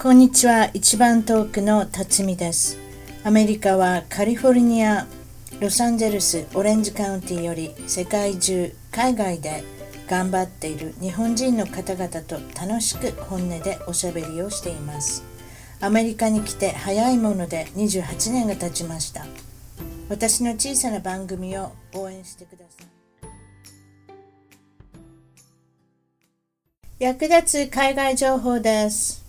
こんにちは一番遠くの辰巳ですアメリカはカリフォルニアロサンゼルスオレンジカウンティより世界中海外で頑張っている日本人の方々と楽しく本音でおしゃべりをしていますアメリカに来て早いもので28年が経ちました私の小さな番組を応援してください役立つ海外情報です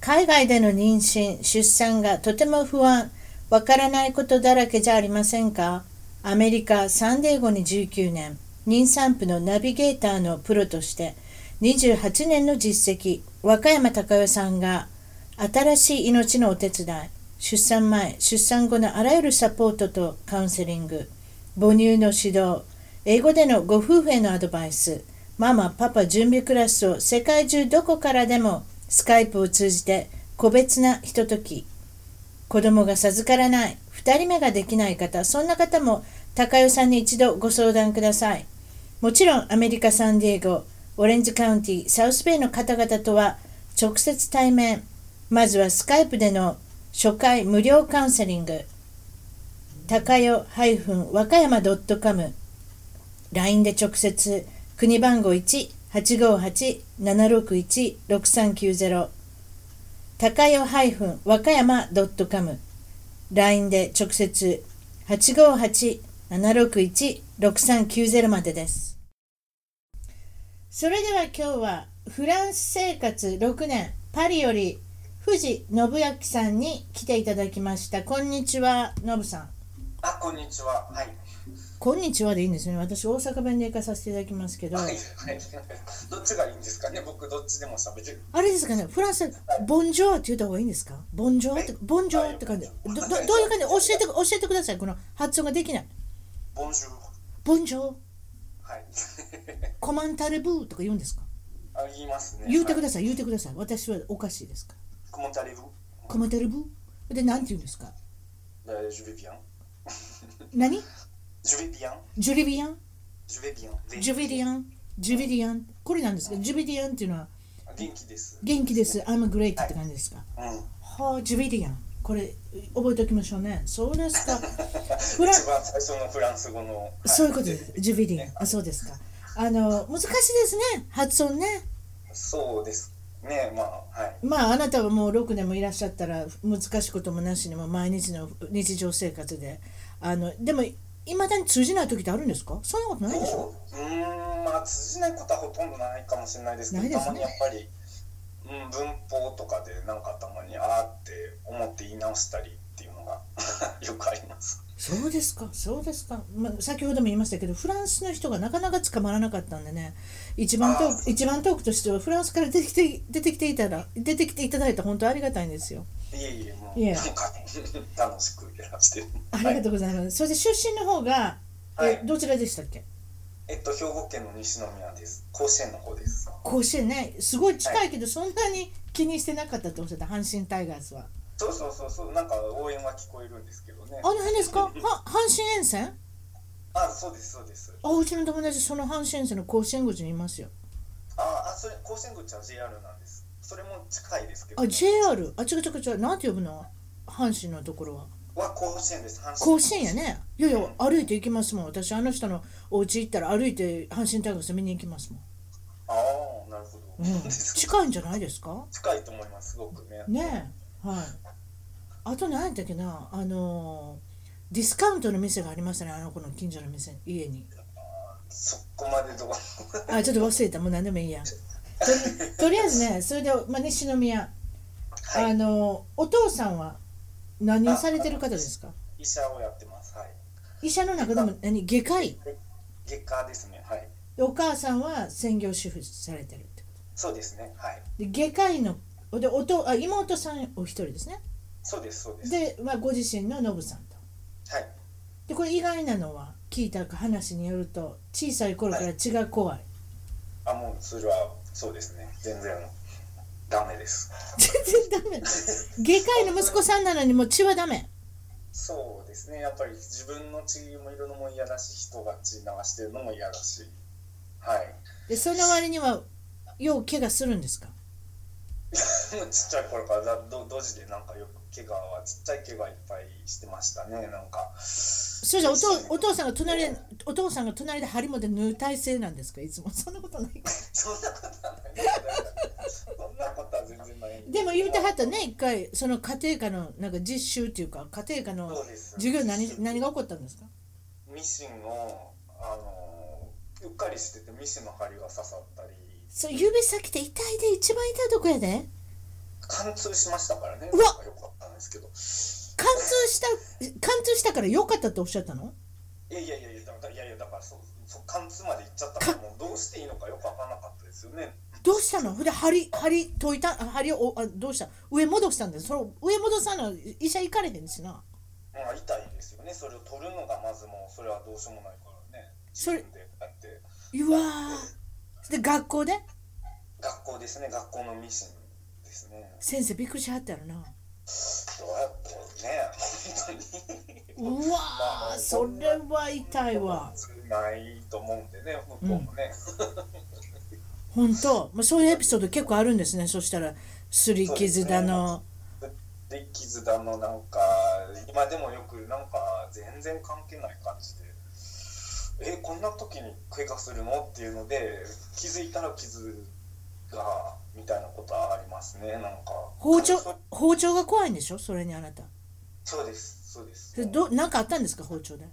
海外での妊娠出産がとても不安わからないことだらけじゃありませんかアメリカサンデーゴに19年妊産婦のナビゲーターのプロとして28年の実績和歌山隆代さんが新しい命のお手伝い出産前出産後のあらゆるサポートとカウンセリング母乳の指導英語でのご夫婦へのアドバイスママパパ準備クラスを世界中どこからでもスカイプを通じて個別なひととき子供が授からない2人目ができない方そんな方も高代さんに一度ご相談くださいもちろんアメリカ・サンディエゴオレンジカウンティサウスベイの方々とは直接対面まずはスカイプでの初回無料カウンセリング高代和歌山 .com LINE で直接国番号1-858-761-6390高代和歌山 .com LINE で直接858-761-6390までですそれでは今日はフランス生活6年パリより藤信明さんに来ていただきましたこんにちは信さんあ、こんにちは。はい。こんにちはでいいんですよね私大阪弁で行かさせていただきますけどはい。はい。 どっちがいいんですかね。僕どっちでも喋れる。あれですかね、フランスでボンジョーって言った方がいいんですかボンジョーって、ボンジョーって感じ。ど、どどういう感じ教えて、教えてください。この発音ができない。ボンジュール。ボンジョー、はい。 コマンタレブーとか言うんですかあ、言いますね。言ってくだださい、言ってください。私はおかしいですから。さい。コモンタレブ。コマンタレブーで、なんて言うんですかえ、ジュベビアン。何ジュベビアン。ジュリビアンジュベビアン。ジュビリアンジュビリアンこれなんですかジュビリアンっていうのは、アン。元気です。元気です、I'm great って感じですかうん。はあ、ジュビリアン。これ、覚えておきましょうね。そうですか。一フラ番最初のフランス語の。はいそういうことです。。ジュビリアン。あ、そうですか。あの、難しいですね。発音ね。そうです。ね、まあ、はい。まあ、あなたはもう6年もいらっしゃったら、難しいこともなしにも、毎日の日常生活で。あの、でも、いまだに通じない時ってあるんですかそんなことないでしょうーん、まあ、通じないことはほとんどないかもしれないですけないど、ですねたまにやっぱり。うん、文法とかで、なんかたまに、あーって思って言い直したりっていうのが。 よくあります。そうですか、そうですか。まあ、先ほども言いましたけど、フランスの人がなかなか捕まらなかったんでね、一番トーあク、一番トークとしては、フランスから出てきて、出てきていたら、出てきていただいた本当ありがたいんですよ。いえいえ、もう、いえなんか、楽しくやらせて。ありがとうございます。それで出身の方が、はいえどちらでしたっけえっと、兵庫県の西宮です。甲子園の方です。甲子園ねすごい近いけど、そんなに気にしてなかったとおっしゃった阪神タイガースはそうそうそうそう、なんか応援は聞こえるんですけどねあ。の辺ですかは阪神沿線 あ、そうです、そうです。あうちの友達その阪神沿線の甲子園口にいますよあ、あ、それ、甲子園口は J. R. なんです。それも近いですけど、あ JR あ違う違う違うなんて呼ぶの阪神のところはは甲子園です。阪神甲子園や。ねいやいや歩いて行きますもん私あの人のお家行ったら歩いて阪神タイガース見に行きますもああ、なるほど。ん、うん、 近近いんじゃないですかいと思います。すごくね。ねえはいあと何やったっけなあのーディスカウントの店がありましたねあの子の近所の店家にそこまでどう。あちょっと忘れたもう何でも いいやとりとりあえずねそれで、まあ、西宮、はあい。のお父さんは何をされてる方ですか医者をやってます。はい。医者の中でも何外科医外科ですね。はい。でお母さんは専業主婦されてるってこそうですね。はい。とで外科医のでおとあ妹さんお一人ですねそうです。そうです。で、まあ、ご自身のノブさんとはい。でこれ意外なのは聞いた話によると小さい頃から血が怖 いあ、もう、それは、そうですね。全然。ダメです。全然ダメ外科医の息子さんなのにもう血はダメそうですね、やっぱり自分の血もいるのも嫌だし、人が血流してるのも嫌だし、はい、 でその割にはよう怪我するんですかもうちっちゃい頃からだどドジでなんかよく怪我はちっちゃい怪我いっぱいしてましたねなんかそれじゃあお父お父さんが隣でお父さんが隣で針持って縫う体勢なんですかいつもそんなことないかそんなことはないですけどそんなことは全然ないんすけどでも言うてはったね一回その家庭科のなんか実習っていうか家庭科のそうです授業何何が起こったんですかミシンをあのうっかりしててミシンの針が刺さったりそう指先で痛いで一番痛いとこやで貫通しましたからねうわなんかよかったんですけど貫通した貫通したから良かったっておっしゃったのいやいやいやいやだからいやいやだからそうそう貫通まで行っちゃったからもうどうしていいのかよくわからなかったですよねどうしたのほんで針針解いたあ針をあどうした上戻したんですその上戻さな医者行かれへんしなまあ痛いですよねそれを取るのがまずもうそれはどうしようもないからねそ自れ分でやってうわーで学校で学校ですね学校のミシンですね先生びっくりしはったやろなどうやってね本当うにわーそれは痛いわないと思うんでね向こうもね、本当まあそういうエピソード結構あるんですねそしたらすり傷だので傷だのなんか今でもよくなんか全然関係ない感じでえこんな時に怪我するのっていうので気づいたら傷がみたいなことはありますねなんか包丁そ包丁が怖いんでしょそれにあなたそうですそうでそれすどなんかあったんですか包丁で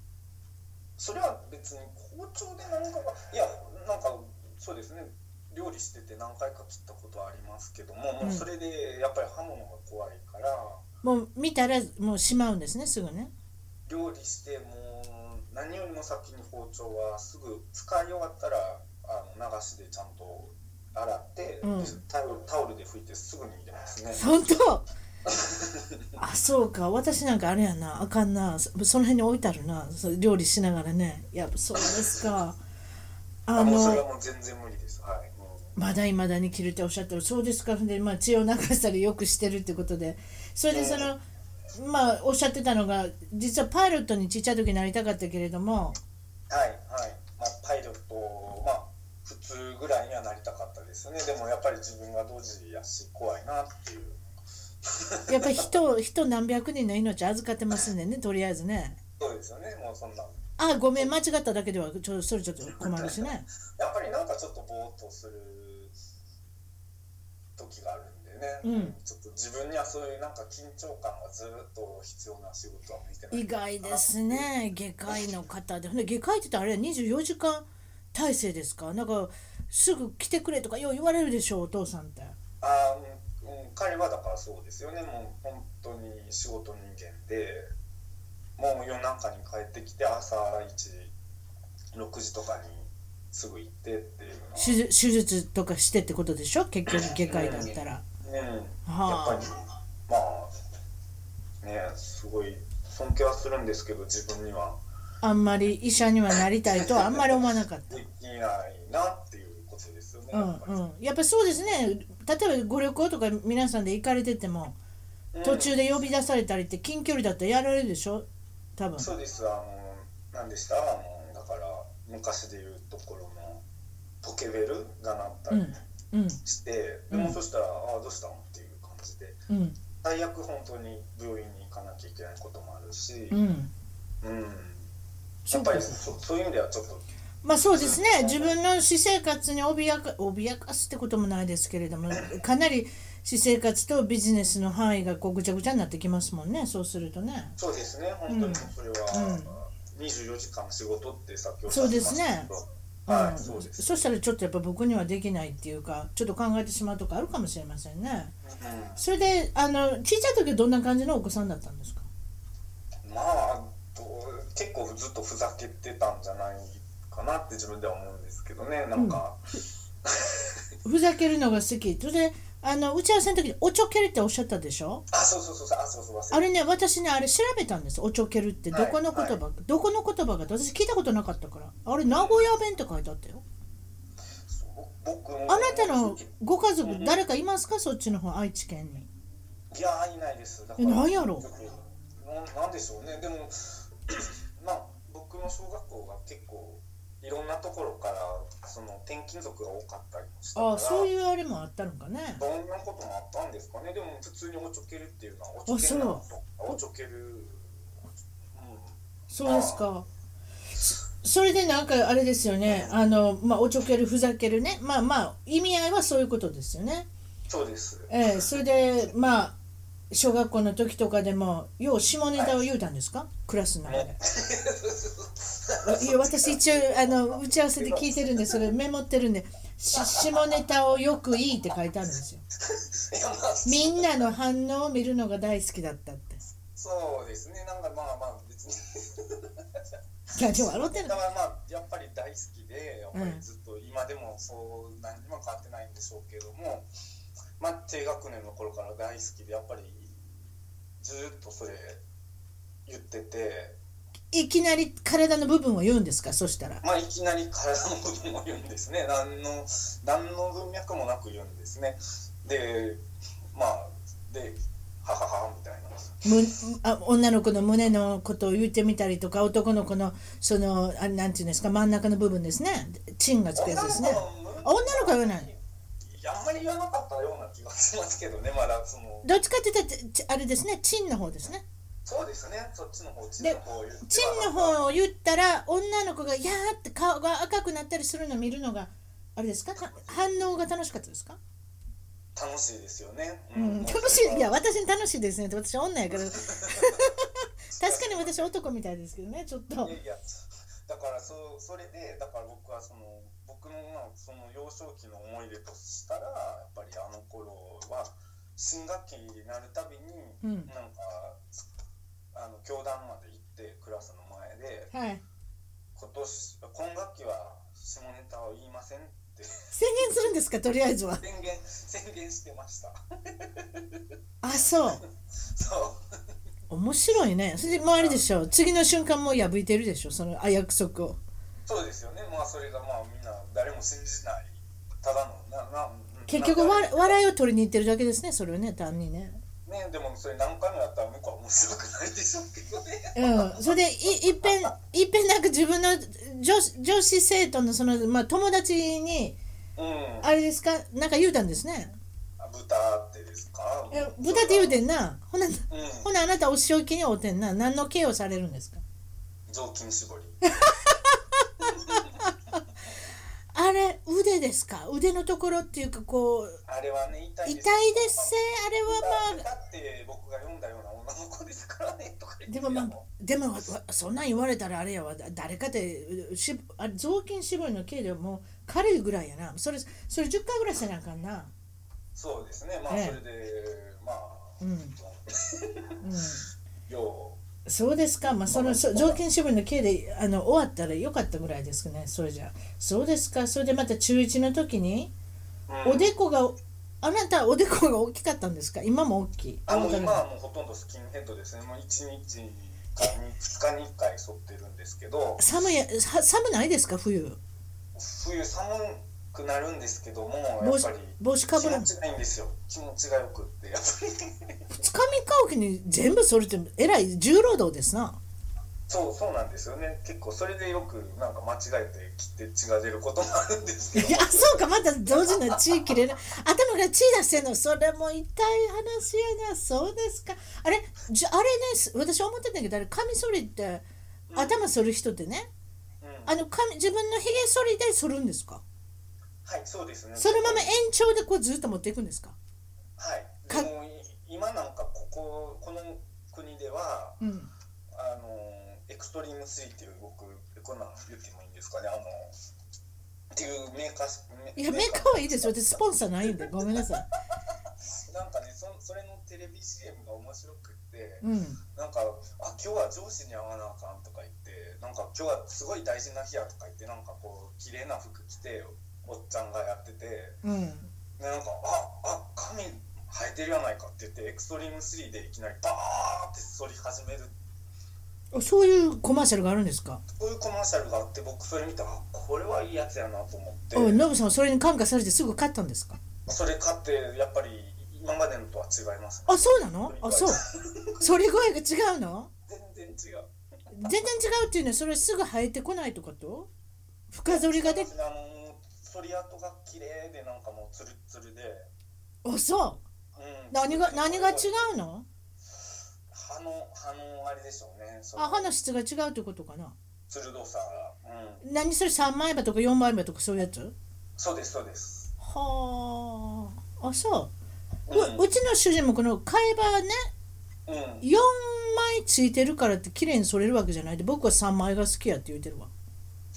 それは別に包丁でなんかはいやなんかそうですね料理してて何回か切ったことはありますけども、もうそれでやっぱり刃物が怖いからもう見たらもうしまうんですねすぐね料理してもう何よりも先に包丁はすぐ使い終わったらあの流しでちゃんと洗って、うんタオルタオルで拭いてすぐに入れますね本当 あそうか私なんかあれやなあかんなそその辺に置いてあるなそう料理しながらねやっぱそうですかああもうそれのはもう全然無理ですはい、うまだいまだに着るっておっしゃってるそうですかで、まあ、血を流したりよくしてるってことでそれでその、まあおっしゃってたのが実はパイロットにちっちゃい時になりたかったけれどもんはいはい、まあ、パイロットまあ普通ぐらいにはなりたかったですねでもやっぱり自分がドジやし怖いなっていうやっぱり人人何百人の命預かってますんでねとりあえずねそうですよねもうそんなあごめん間違っただけではちょそれちょっと困るしねやっぱりなんかちょっとぼーっとする時があるんでね、うんちょっと自分にはそういうなんか緊張感がずっと必要な仕事は向いてない意外ですね外科医の方でほんで外科医って言ったらあれ24時間体制ですかなんかすぐ来てくれとかよう言われるでしょうお父さんってあー、うんうん、彼はだからそうですよねもう本当に仕事人間でもう夜中に帰ってきて朝16時とかにすぐ行ってっていうのは手術手術とかしてってことでしょ結局外科医だったらうん、やっあぱりまあねすごい尊敬はするんですけど自分には。あんまり医者にはなりたいとはあんまり思わなかっできないなっていうことですよね。たうんうんやっぱそうですね例えばご旅行とか皆さんで行かれててもうん途中で呼び出されたりって近距離だったらやられるでしょ多分そうです。あの何でした？あのだから昔で言うところのポケベルが鳴ったりうんして、うんでもそしたら、ああどうしたのっていう感じで、うん最悪本当に病院に行かなきゃいけないこともあるし、ううん。んやっぱりそそういう意味ではちょっとまあそうですね自分の私生活に脅か脅かすってこともないですけれどもかなり私生活とビジネスの範囲がこうぐちゃぐちゃになってきますもんねそうするとねそうですね本当にそれは、24時間仕事ってさっきおっしゃってましたけど、はい、うんそうです。そしたらちょっとやっぱ僕にはできないっていうかちょっと考えてしまうとかあるかもしれませんねうんそれであの小さい時はどんな感じのお子さんだったんですかまあどう結構ずっとふざけてたんじゃないかなって自分では思うんですけどねなんか、ふざけるのが好きそれであの打ち合わせの時におちょけるっておっしゃったでしょあそうそうそうそうあそうそう忘あれれね私ねあれ調べたんですおちょけるってどこの言葉、どこの言葉かって私聞いたことなかったからあれ名古屋弁って書いてあったよそう僕もあなたのご家う族ん誰かいますかそっちの方愛知県にいやーいないですだからえなんやろ ななんでしょうねでもまあ僕の小学校が結構いろんなところからその転勤族が多かったりもしたからあそういうあれもあったのかねどんなこともあったんですかねでも普通におちょけるっていうのはおちょけそうるなとおちょける、うそうですか。そそれでなんかあれですよね。あのまあおちょけるふざけるね。まあまあ意味合いはそういうことですよね。ん、そうですええそれでまあ小学校の時とかでもよう下ネタを言うたんですか？クラスの中で。あ いや私一応あの打ち合わせで聞いてるんでそれメモってるんで。し下ネタをよくいいって書いてあるんですよ。いやまあみんなの反応を見るのが大好きだったって。 そうですねなんかまあまあ別にいやでも笑ってるだからまあやっぱり大好きでやっぱりずっと今でもそう何にも変わってないんでしょうけども、まあ、低学年の頃から大好きでやっぱりずっとそれ言ってて、いきなり体の部分を言うんですか？そしたら。まあ、いきなり体の部分も言うんですね何の何の文脈もなく言うんですねでまあで「ははは」みたいなむあ女の子の胸のことを言ってみたりとか男の子のそのあなんていうんですか真ん中の部分ですねチンがつくやつですねあ女の子は言わないいやあんまり言わなかったような気がしますけどねまだそのどっちかって言ったらちあれですねチンの方ですねそうですね、そっちの方、チンの方を言ってチンの方を言ったら女の子が「やー」って顔が赤くなったりするのを見るのがあれですかか反応が楽しかったですか、楽しいですよね。うん、楽しいいや私に楽しいですねって私女 やから確かに私男みたいですけどねちょっといやいや、だからそう、それで、だから僕はその、僕のまあその幼少期の思い出としたら、やっぱりあの頃は、新学期になるたびに、うんなんか、あの教団まで行って、クラスの前で、はい今年、今学期は下ネタを言いませんって宣言するんですかとりあえずは宣言、宣言してました。あそうそう面白いねそれでもうあれでしょ次の瞬間もう破いてるでしょそのあ約束をそうですよね、まあそれがまあみんな誰も信じない、ただの、ななうん結局なわんか笑いを取りに行ってるだけですねそれをね単にねね、でもそれ何回もやったら向こうは面白くないでしょうけどね。うんそれでいいっぺんいっぺんなんか自分の女子女子生徒のその、まあ、友達にうん、あれですかなんか言うたんですねあ豚ってですかえ豚って言うてん。んなほなうほなあなたお仕置きにおうてんな何の刑をされるんですかん、雑 巾絞り。あれ腕ですか腕のところっていうかこうあれはね、痛痛いいでですよすねあれはまあ豚豚って僕が読んだような女の子ですからね、とか言って。でもまあいやうでもわわそんなん言われたらあれやわだ誰かってうしあ雑巾絞りの刑でもう軽いぐらいやなそれそれ10回ぐらいせなあかんなそうですね、まあええそれで、まあ、うんよそうですかまあそまあのそ雑巾絞りの刑であの終わったらよかったぐらいですかねそれじゃそうですかそれでまた中1の時にう、うんおでこがあなたおでこが大きかったんですか今も大きいあもう今あはもうほとんどスキンヘッドですね、もう1日か2日に1回剃ってるんですけど、寒いさ寒ないですか冬冬寒くなるんですけども、や帽っ子ぱり帽子か気ぶら持んちがいいんですよ、気持ちがよくって、やっぱり 2日3日おきに全部それってえらい重労働ですなそうそうなんですよね、結構それでよくなんか間違えて切って血が出ることもある んですけどい、やそうかまた同時の血切れない頭から血出してんのそれも痛い話やなそうですかあれじゃあれねす私思ってたんだけどあれカミソリって頭剃る人ってねうん、はあの髪自分のひげ剃りで剃るんですかい、そうですね、そのまま延長でこうずっと持っていくんですかはい、かでもい今なんかここ、この国では、うんあのエクストリーム3っていう僕こんなん言ってもいいんですかねあのっていうメーカーいやメーカーはいいですよ私スポンサーないんでごめんなさいなんかねそそれのテレビ CM が面白くってうんなんかあ今日は上司に会わなあかんとか言ってなんか今日はすごい大事な日やとか言ってなんかこう綺麗な服着ておっちゃんがやっててうんでなんかああ髪生えてるやないかって言ってエクストリーム3でいきなりバーって剃り始めるあそういうコマーシャルがあるんですかそういうコマーシャルがあって僕それ見てあこれはいいやつやなと思って。おいノブさんはそれに感化されてすぐ買ったんですかそれ買ってやっぱり今までのとは違いますねあそうなのあそう剃り具合が違うの全然違う全然違うっていうのはそれすぐ生えてこないとかと深剃りがで私ねあの剃り跡が綺麗でなんかもうツルッツルで、おそううん、何が何が違ううの歯の歯のあれでしょうねそのあ歯の質が違うってことかな鋭さが、うん、何それ3枚刃とか4枚刃とかそういうやつそうですそうです、はああそううんううちの主人もこの貝刃ねうん、 4枚ついてるからって綺麗にそれるわけじゃないで僕は3枚が好きやって言ってるわあ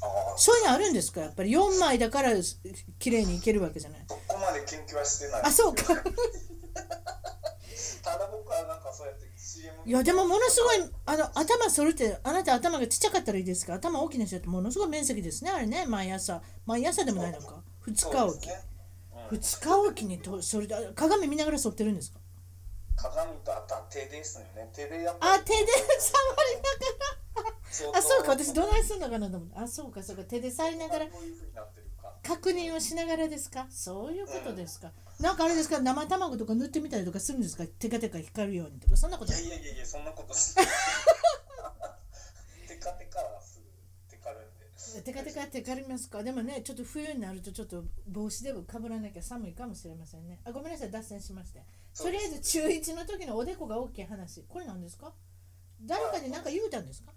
あそういうのあるんですかやっぱり4枚だから綺麗にいけるわけじゃないそこまで研究はしてないあそうかただ僕はなんかそうやって CM いやでもものすごいあの頭剃るってあなた頭がちっちゃかったらいいですか頭大きな人ってものすごい面積ですねあれね毎朝毎朝でもないのか2日そうおですき、ねう二ん、 2日おきにとそれであ鏡見ながら剃ってるんですか鏡とあとは手ですよね手でやっぱあり手で触りなが相当らあそうか私どないすんのかなと思ってあそうかそうか手で触りながらこういう風になってるか確認をしながらですかそういうことですか、なんかあれですか生卵とか塗ってみたりとかするんですかテカテカ光るようにとかそんなこいとやいやいやいやそんなことしないテカテカはすぐテカるんでテカテカってかりますかでもねちょっと冬になるとちょっと帽子でもかぶらなきゃ寒いかもしれませんねあごめんなさい脱線しましてそとうりであえすず中1の時のおでこが大きい話これなんですか誰かに何か言うたんですか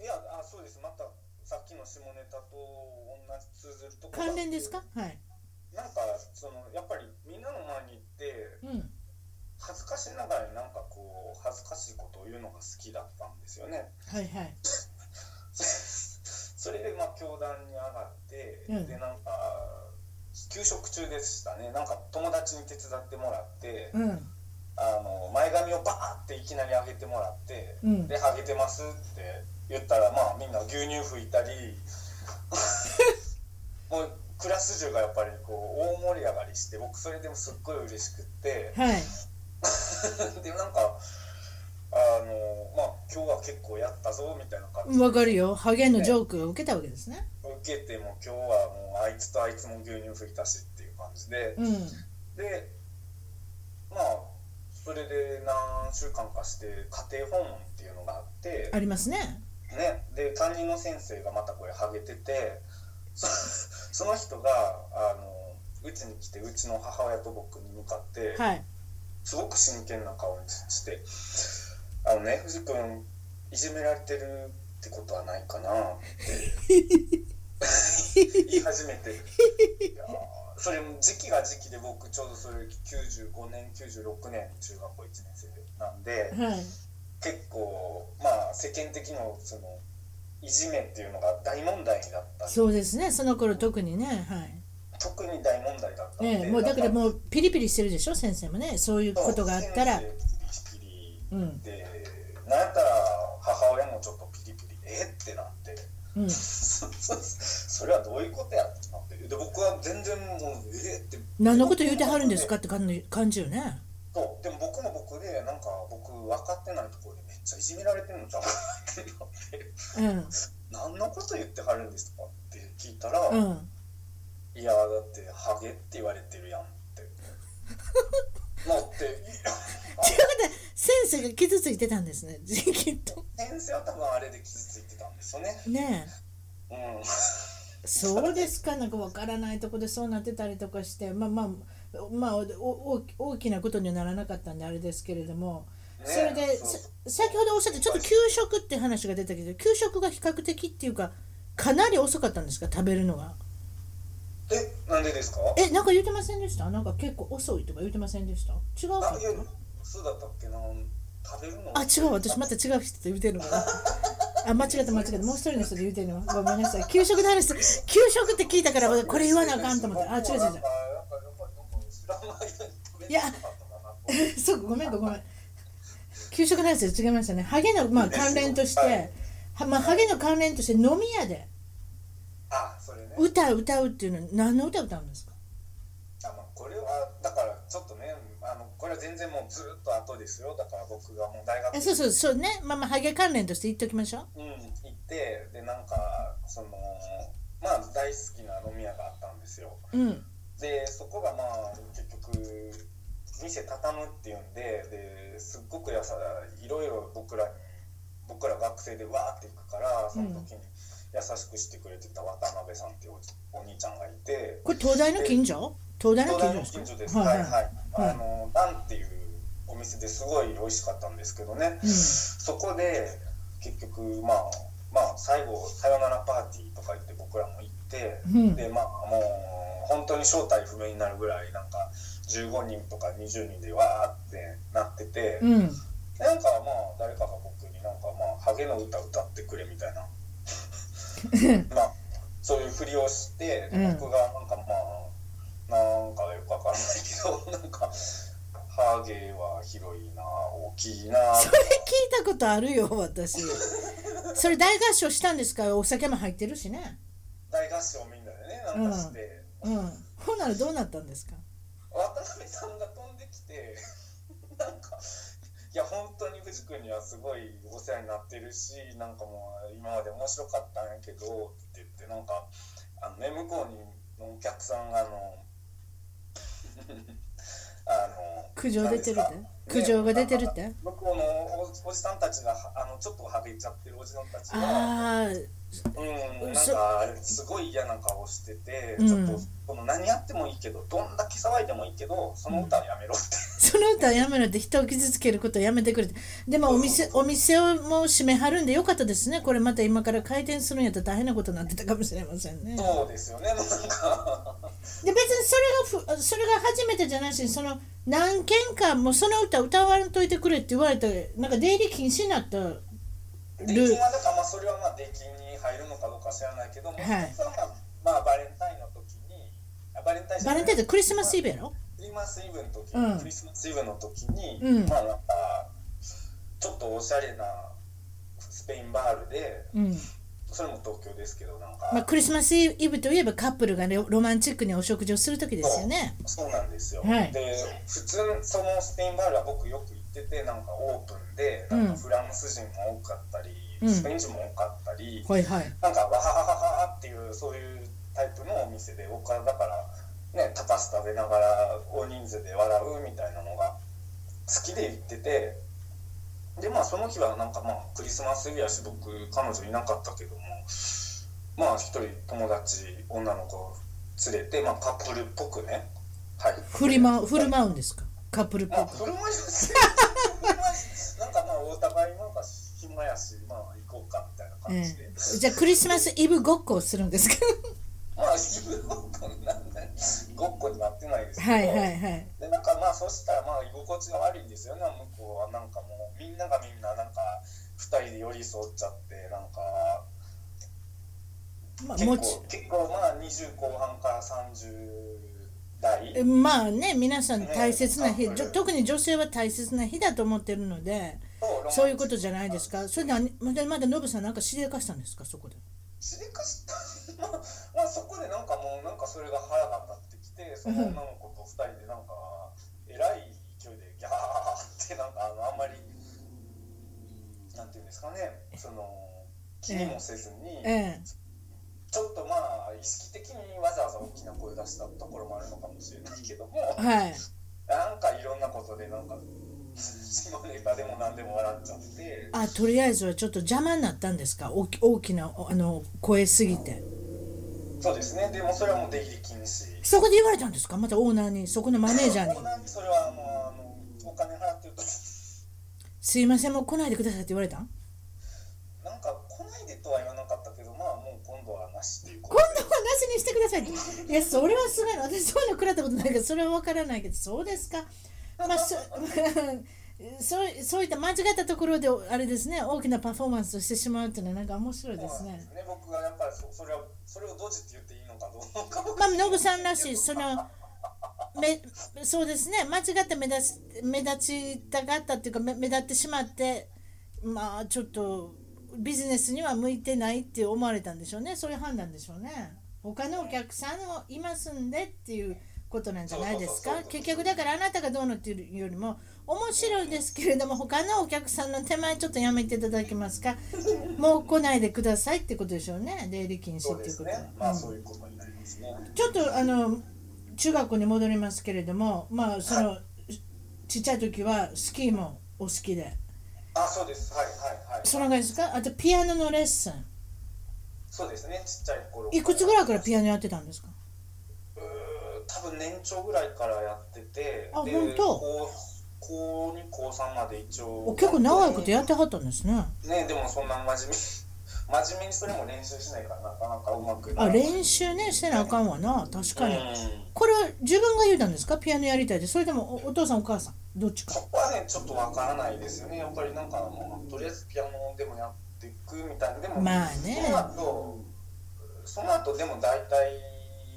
いやあそうですまたさっきの下ネタと同じ通ずるところがあって関連ですかはいなんかそのやっぱりみんなの前に行ってうん恥ずかしながらになんかこう恥ずかしいことを言うのが好きだったんですよねはいはい それでまあ教壇に上がって、うんでなんか給食中でしたねなんか友達に手伝ってもらって、うんあの前髪をバーっていきなり上げてもらって、うんで上げてますって言ったらまあみんな牛乳拭い たりもうクラス中がやっぱりこう大盛り上がりして僕それでもすっごい嬉しくって。はいでなんかあのまあ今日は結構やったぞみたいな感じでわかるよハゲのジョークを受けたわけですね受けても今日はもうあいつとあいつも牛乳吹いたしっていう感じでうんでまあそれで何週間かして家庭訪問っていうのがあってありますねねで担任の先生がまたこれハゲててそ その人があのうちに来てうちの母親と僕に向かって、はいすごく真剣な顔にして「あのね藤君いじめられてるってことはないかな」って 言い始めていやーそれも時期が時期で僕ちょうどそれ95年96年中学校1年生なんではい結構まあ世間的のそのいじめっていうのが大問題だったそうですねその頃特にねはい特に大問題だったんで、ええ、もうだからなんもうピリピリしてるでしょ先生もねそういうことがあったら先生ピリピリうんでなんやったら母親もちょっとピリピリえっってなって うんそそそれはどういうことやってなってで僕は全然もうえっって何のこと言うてはるんですかって感じ感じよねそうでも僕も僕でなんか僕分かってないところでめっちゃいじめられてるのじゃんって なってうん何のこと言ってはるんですかって聞いたら、うんいやだってハゲって言われてるや んってなって先生が傷ついてたんですね きっと先生は多分あれで傷ついてたんですよねねうんえそうですかなんかわからないとこでそうなってたりとかしてまあまあまあおお大きなことにはならなかったんであれですけれどもねそれでそうさ先ほどおっしゃってちょっと給食って話が出たけど給食が比較的っていうかかなり遅かったんですか食べるのがえなんでですかえなんか言ってませんでしたなんか結構遅いとか言ってませんでした違うかあいやそうだったっけな食べるのあ違う私また違う人と言うてるのかなあ間違った間違ったもう一人の人で言うてるのごめんなさい給食の話給食って聞いたからこれ言わなあかんと思ってあ違う違う違ういやそう ごめんごめん給食の話で違いましたねハゲの、まあ、関連としてはいは、まあ、ハゲの関連として飲み屋であそれねあ、歌を歌うっていうのは何の歌を歌うんですかまあ、これはだからちょっとねあのこれは全然もうずっと後ですよだから僕がもう大学えそうそうそうねまあまあハゲ関連として言っておきましょううん、行ってでなんかそのまあ大好きな飲み屋があったんですようんでそこがまあ結局店畳むっていうんでですっごくやさいろいろ僕らに僕ら学生でわーって行くからその時に優しくしてくれてた渡辺さんっていうおお兄ちゃんがいてこれ東大の近所東大の東大の近所近所でですすかはいははいあのダンっていうお店ですごい美味しかったんですけどねい、うんそこで結局まあまあ最後さよならパーティーとか言って僕らも行って、うんでまあもう本当に正体不明になるぐらいなんか15人とか20人でわーってなってて、うんなんかまあ誰かが僕になんかまあハゲの歌歌ってくれみ たいなまあそういうふりをして、でうん僕がなんかまあなんかよくわからないけど なんかハゲは広いな大きいなそれ聞いたことあるよ私それ大合唱したんですかお酒も入ってるしね大合唱みんなでねなんかして。うんほんならどうなったんですか渡辺さんが飛んできてなんかいや本当に藤君にはすごいお世話になってるしなんかもう今まで面白かったんやけどって言ってなんかあのね向こうにのお客さんがあの あの苦情出てるっなんてですか苦情が出てるねって向こうのおおじさんたちがあのちょっとはげちゃってるおじさんたちあがあうん、なんそかすごい嫌な顔してて、うんちょっとこの何やってもいいけどどんだけ騒いでもいいけどその歌はやめろって、その歌やめろって人を傷つけることやめてくれてでもお店お店をもう閉めはるんでよかったですねこれまた今から開店するんやったら大変なことになってたかもしれませんねそうですよねなん かで別にそれがふそれが初めてじゃないしその何件かもうその歌歌わんといてくれって言われてなんか出入り禁止になったル出禁はだからまあそれはまあ出禁に入るのかどうか知らないけども、いそれはまあまあバレンタインの時にあバレンタインじゃバレないンタインってクリスマスイブやろクリスマスイブの時、うんクリスマスイブの時に、うんまあなんかちょっとおしゃれなスペインバールでうんそれも東京ですけどなんか、まあ、クリスマスイブといえばカップルがねロマンチックにお食事をする時ですよねそうなんですよ、はいで普通そのスペインバールは僕よく行っててなんかオープンでうんなんかフランス人も多かったり、うんスペイン人も多かったり、はいはいなんかわははははっていうそういうタイプのお店で僕はだからねタパス食べながら大人数で笑うみたいなのが好きで行っててでまあその日はなんかまあクリスマスイブやし僕彼女いなかったけどもまあ一人友達女の子を連れて、まあ、カップルっぽくね、はい、振りま振る舞うんですかカップルっぽまあ、く振る舞いです。なんかまあ、お互いなんか暇やし、まあ、行こうかみたいな感じで。じゃあクリスマスイブごっこをするんですかまあ、自分ごっこになんない。ごっこになってないですけ ど。はいはいはいで、なんかまあ、そしたら、まあ、居心地が悪いんですよね、向こうは、なんかもう、みんながみんな、なんか。二人で寄り添っちゃって、なんか。まあ結も構ち、結構、まあ、二十後半から三十代。まあね皆さん大切な日、じょ特に女性は大切な日だと思ってるのでそういうことじゃないですかそれであまだまだノブさんなんか知りかしたんですかそこでしでかしたまあ、まあ、そこでなんかもうなんかそれが腹が立ってき てその女の子と二人でなんかえらい勢いでギャーってなんかあのあんまりなんていうんですかねその気にもせずにええちょっとまあ意識的にわざわざ大きな声出したところもあるのかもしれないけどもはいなんかいろんなことでなんか 下ネタでも何でも笑っちゃって。あとりあえずはちょっと邪魔になったんですか大き大きなおあの声すぎてそうですねでもそれはもう出入り禁止そこで言われたんですかまたオーナーにそこのマネージャーにそうなんですそれはあのあのお金払ってると「すいませんもう来ないでください」って言われたんなんか来ないでとは言わなかったけどまあもう今度はなしっていうこ今度はなしにしてくださいっていやそれはすごいな私そういうの食らったことないからそれは分からないけどそうですかまあそ そうそういった間違ったところであれですね大きなパフォーマンスをしてしまうっていうのはなんか面白いとですそうなんね。ね僕はやっぱりそそれはそれをドジって言っていいのかどうかまあノブさんらしいそのめそうですね間違って目立ち目立ちたかったっていうか目目立ってしまってまあちょっとビジネスには向いてないって思われたんでしょうねそういう判断でしょうね他のお客さんもいますんでっていうことなんじゃないですそうかそうそうそう結局だからあなたがどうのっていうよりも面白いですけれども他のお客さんの手前ちょっとやめていただけますかもう来ないでくださいってことでしょうね出入り禁止そうっでていうすことねは。まあうんそういうことになりますね、ちょっとあの中学校に戻りますけれども、まあそのちっちゃい時はスキーもお好きで、あそうですはいはいはいそのぐらいですか？あとピアノのレッスン、そうですねちっちゃい頃いくつぐらいからアピアノやってたんですか多分年長ぐらいからやっててあで本当高高2高3まで一応お結構長いことやっってはったんですねねでもそんな真面目に 真面目にそれも練習しないからなかなかうまくあ習練習ねしてなあかんわな確かにうんこれは自分が言うたんですかピアノやりたいでそれともおお父さんお母さんどっちかそこはねちょっとわからないですよねやっぱりなんかもうとりあえずピアノでもやっていくみたいなでも、まあねその後その後でも大体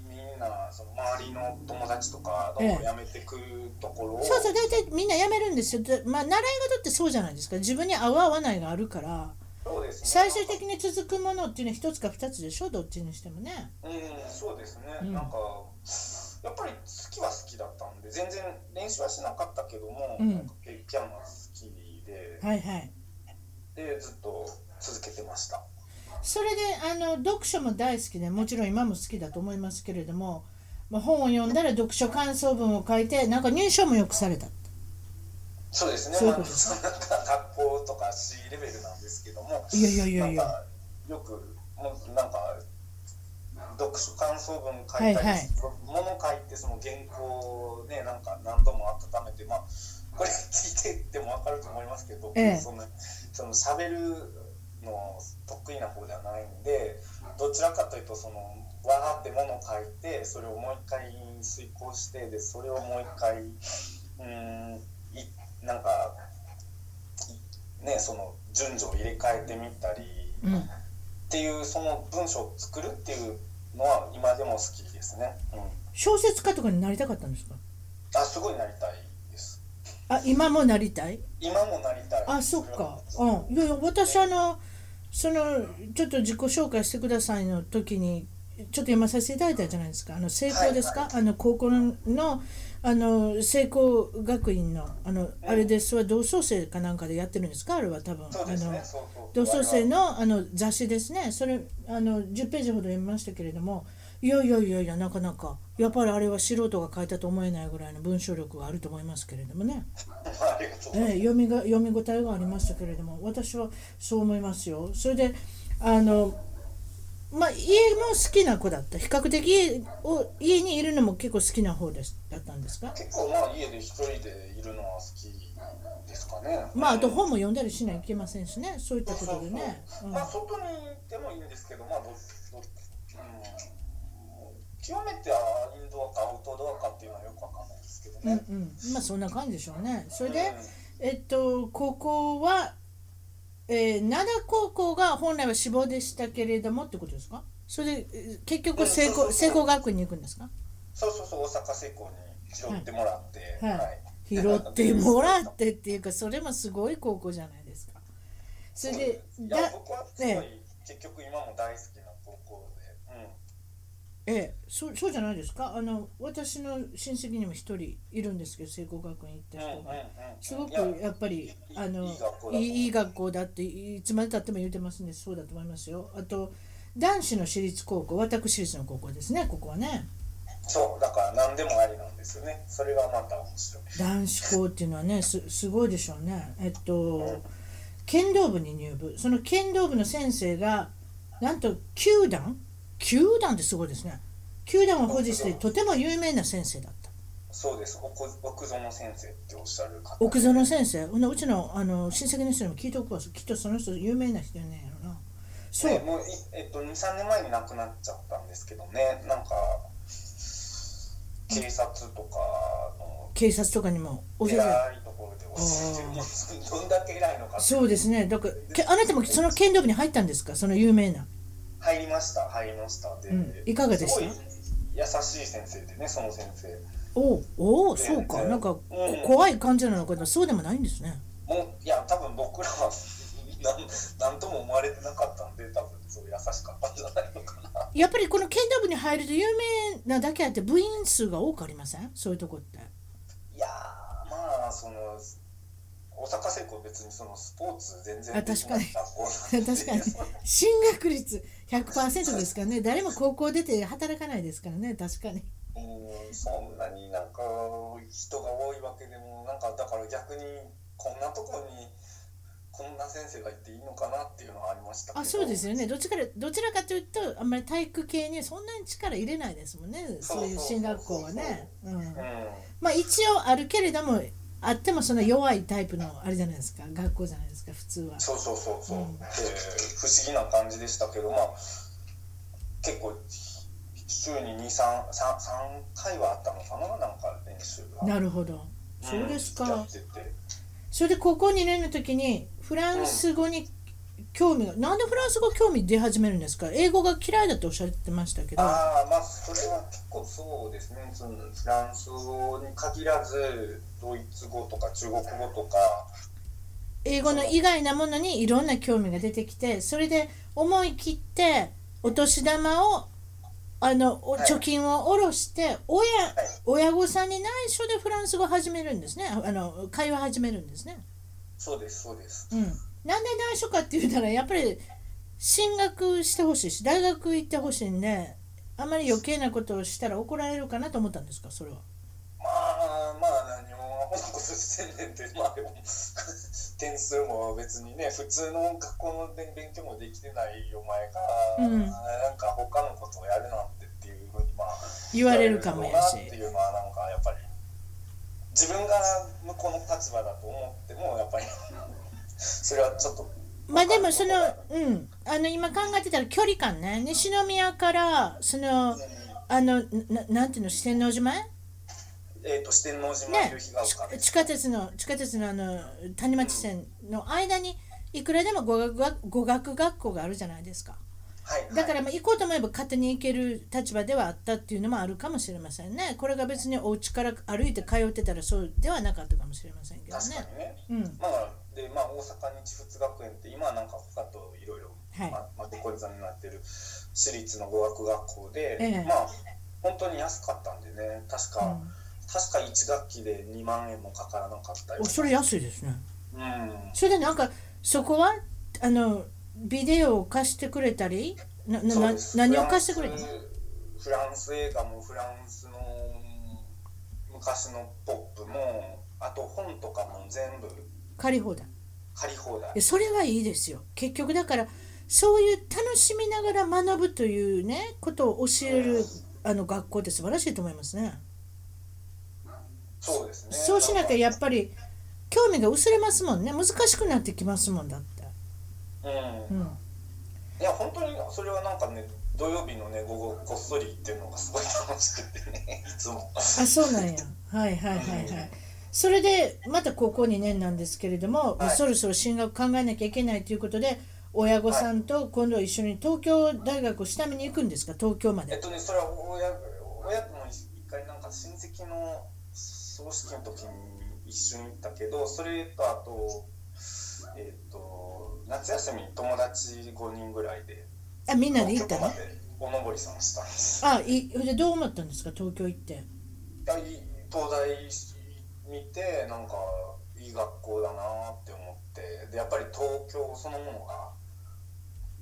みんなその周りの友達とかどんどん辞めてくところを、そうそう大体みんなやめるんですよでまあ習い事ってそうじゃないですか自分に合う合わないがあるからそうですね最終的に続くものっていうのは一つか二つでしょどっちにしてもねうんそうですね、うんなんかやっぱり好きは好きだったんで全然練習はしなかったけども、うんなんかピピアノが好きではいはいでずっと続けてましたそれであの読書も大好きでもちろん今も好きだと思いますけれども、まあ、本を読んだら読書感想文を書いてなんか入賞もよくされたそうですね、そういまうこあ、とそのなんか学校とか C レベルなんですけども、いやいやいやいやなんかよく、もうなんか、読書感想文書いたり、はいはいもの書いて、その原稿をね、なんか何度も温めて、まあ、これ聞いてっても分かると思いますけど、ええそのその喋るの得意な方ではないんで、どちらかというと、その、わーってもの書いて、それをもう一回遂行して、で、それをもう一回、うーんいなんかいねその順序を入れ替えてみたりうんっていうその文章を作るっていうのは今でも好きですね、うん、小説家とかになりたかったんですかあすごいなりたいですあ今もなりたい今もなりたいあそっかうんいやいや私あのそのちょっと自己紹介してくださいの時にちょっと読まさせていただいたじゃないですかあの成功ですか、はあの高校のあの成功学院のあの、あれですは同窓生かなんかでやってるんですかあれは多分そうですあのねそうそう同窓生のあの雑誌ですねそれあの10ページほど読みましたけれどもいやいやいやいやなかなかやっぱりあれは素人が書いたと思えないぐらいの文章力があると思いますけれどもね、 ありがとうございますええ、読みが読み応えがありましたけれども私はそう思いますよそれであのまあ家も好きな子だった比較的家を家にいるのも結構好きな方ですだったんですか結構まあ家で一人でいるのは好きですかねまああと本も読んだりしないといけませんしねそういったことでね、うんまあ外に行ってもいいんですけど、まあどど、うん、極めてはインドアかアウトドアかっていうのはよくわかんないですけどうんね。うん、まあそんな感じでしょうねそれで、うんえっと、高校は、えー、灘高校が本来は志望でしたけれどもってことですかそれでえー結局聖う光ん聖光学院に行くんですかそうそうそう大阪成功に拾ってもらって、はい拾ってもらってっていうかそれもすごい高校じゃないですかそれでいだや僕はすごい、え結局今も大好きな高校で、うん、ええそうそうじゃないですかあの私の親戚にも一人いるんですけど聖光学院行った人が。すごくやっぱりあのいいいい学校だっていつまでたっても言ってますんでそうだと思いますよあと男子の私立高校私立の高校ですねここはねそうだから何でもありなんですよねそれがまた面白い男子校っていうのはねすすごいでしょうねえっと剣道部に入部その剣道部の先生がなんと9段9段ってすごいですね9段を保持してとても有名な先生だったそうです奥奥園先生っておっしゃる方奥園先生ほんでうちのあの親戚の人にも聞いておくわきっとその人有名な人やねんやろなそう、ねもういえっと二三年前に亡くなっちゃったんですけどねなんか警察とかの警察とかにも教えて偉ないいところで教えてるもう どんだけ偉いのかってそうですねだからけあなたもその剣道部に入ったんですかその有名な入りました入りましたで、うんいかがでしたすごい優しい先生でねその先生おうおうねそうかねなんかうんこ怖い感じなのかとそうでもないんですねもういや多分僕らは なんなんとも思われてなかったんで多分そう優しかったんじゃないのかなやっぱりこの剣道部に入ると有名なだけあって部員数が多くありませんそういうとこっていやーまあその大阪聖光別にそのスポーツ全然あできない確か学校なん確でかに進学率100%ですからね誰も高校出て働かないですからね確かにうんそんなになんか人が多いわけでもなんかだから逆にこんなとこにこんな先生がいていいのかなっていうのはありましたけどあそうですよねどっちからどちらかというとあんまり体育系にそんなに力入れないですもんねそうそういう進学校はね。うんうんまあ一応あるけれどもあってもそんな弱いタイプのあれじゃないですか学校じゃないですか普通は。そうそうそうそう、うんで不思議な感じでしたけどまあ結構週に23回はあったのかななんか練習がなるほどそうですんやかっ。ててそれで高校2年の時にフランス語に興味がなんでフランス語興味出始めるんですか英語が嫌いだっておっしゃってましたけど。ああまあそれは結構そうですねそのフランス語に限らずドイツ語とか中国語とか英語の以外なものにいろんな興味が出てきてそれで思い切ってお年玉をあのおはい貯金を下ろして親親御さんに内緒でフランス語始めるんですねああの会話始めるんですね。そうですそうですうん、なんで内緒かって言ったらやっぱり進学してほしいし大学行ってほしいんであんまり余計なことをしたら怒られるかなと思ったんですかそれは。まあまあ何もアホなことしてんねんってまあでも点数も別にね普通の学校の勉勉強もできてないお前が、うんなんか他のことをやるなんてっていうふうにまあ言われるかもやし言われるのかなっていうのはなんかやっぱり自分が向こうの立場だと思ってもやっぱり それはちょっとまあでもその、うん、あの今考えてたら距離感ね西宮からそのあのななんていうの四天王寺前えっ、と四天王寺前ね夕日が丘ち地下鉄の地下鉄のあの谷町線の間にいくらでも語学が語学学校があるじゃないですかはいだからはいまあ行こうと思えば勝手に行ける立場ではあったっていうのもあるかもしれませんねこれが別にお家から歩いて通ってたらそうではなかったかもしれませんけど確かねにねうんまあでまあ大阪日仏学園って今はなんか他といろいろはいまあまあデコリザになってる私立の語学学校で、ええまあ本当に安かったんでね確か、うん確か1学期で2万円もかからなかったよおそれ安いですねうんそれでなんかそこはあのビデオを貸してくれたりななそうなです何を貸してくれたフのランスフランス映画もフランスの昔のポップもあと本とかも全部借り放題い借り放題やそれはいいですよ結局だからそういう楽しみながら学ぶというねことを教えるあの学校って素晴らしいと思いますねそうですねそうしなきゃややっぱり興味が薄れますもんね難しくなってきますもんだってうんうんいや本当にそれはなんかね土曜日のね午後こっそり行ってるのがすごい楽しくてねいつもあそうなんやはいはいはいはいそれでまた高校2年なんですけれども、はいそろそろ進学考えなきゃいけないということで親御さんと今度は一緒に東京大学を下見に行くんですか東京まえっでとねそれは親親とも一回なんか親戚の葬式の時に一緒に行ったけどそれとあとえっと夏休みに友達5人ぐらいであみんなで行った東京まのでおのぼりさんしたんですあいでどう思ったんですか東京行って大東大見てなんかいい学校だなって思ってでやっぱり東京そのものが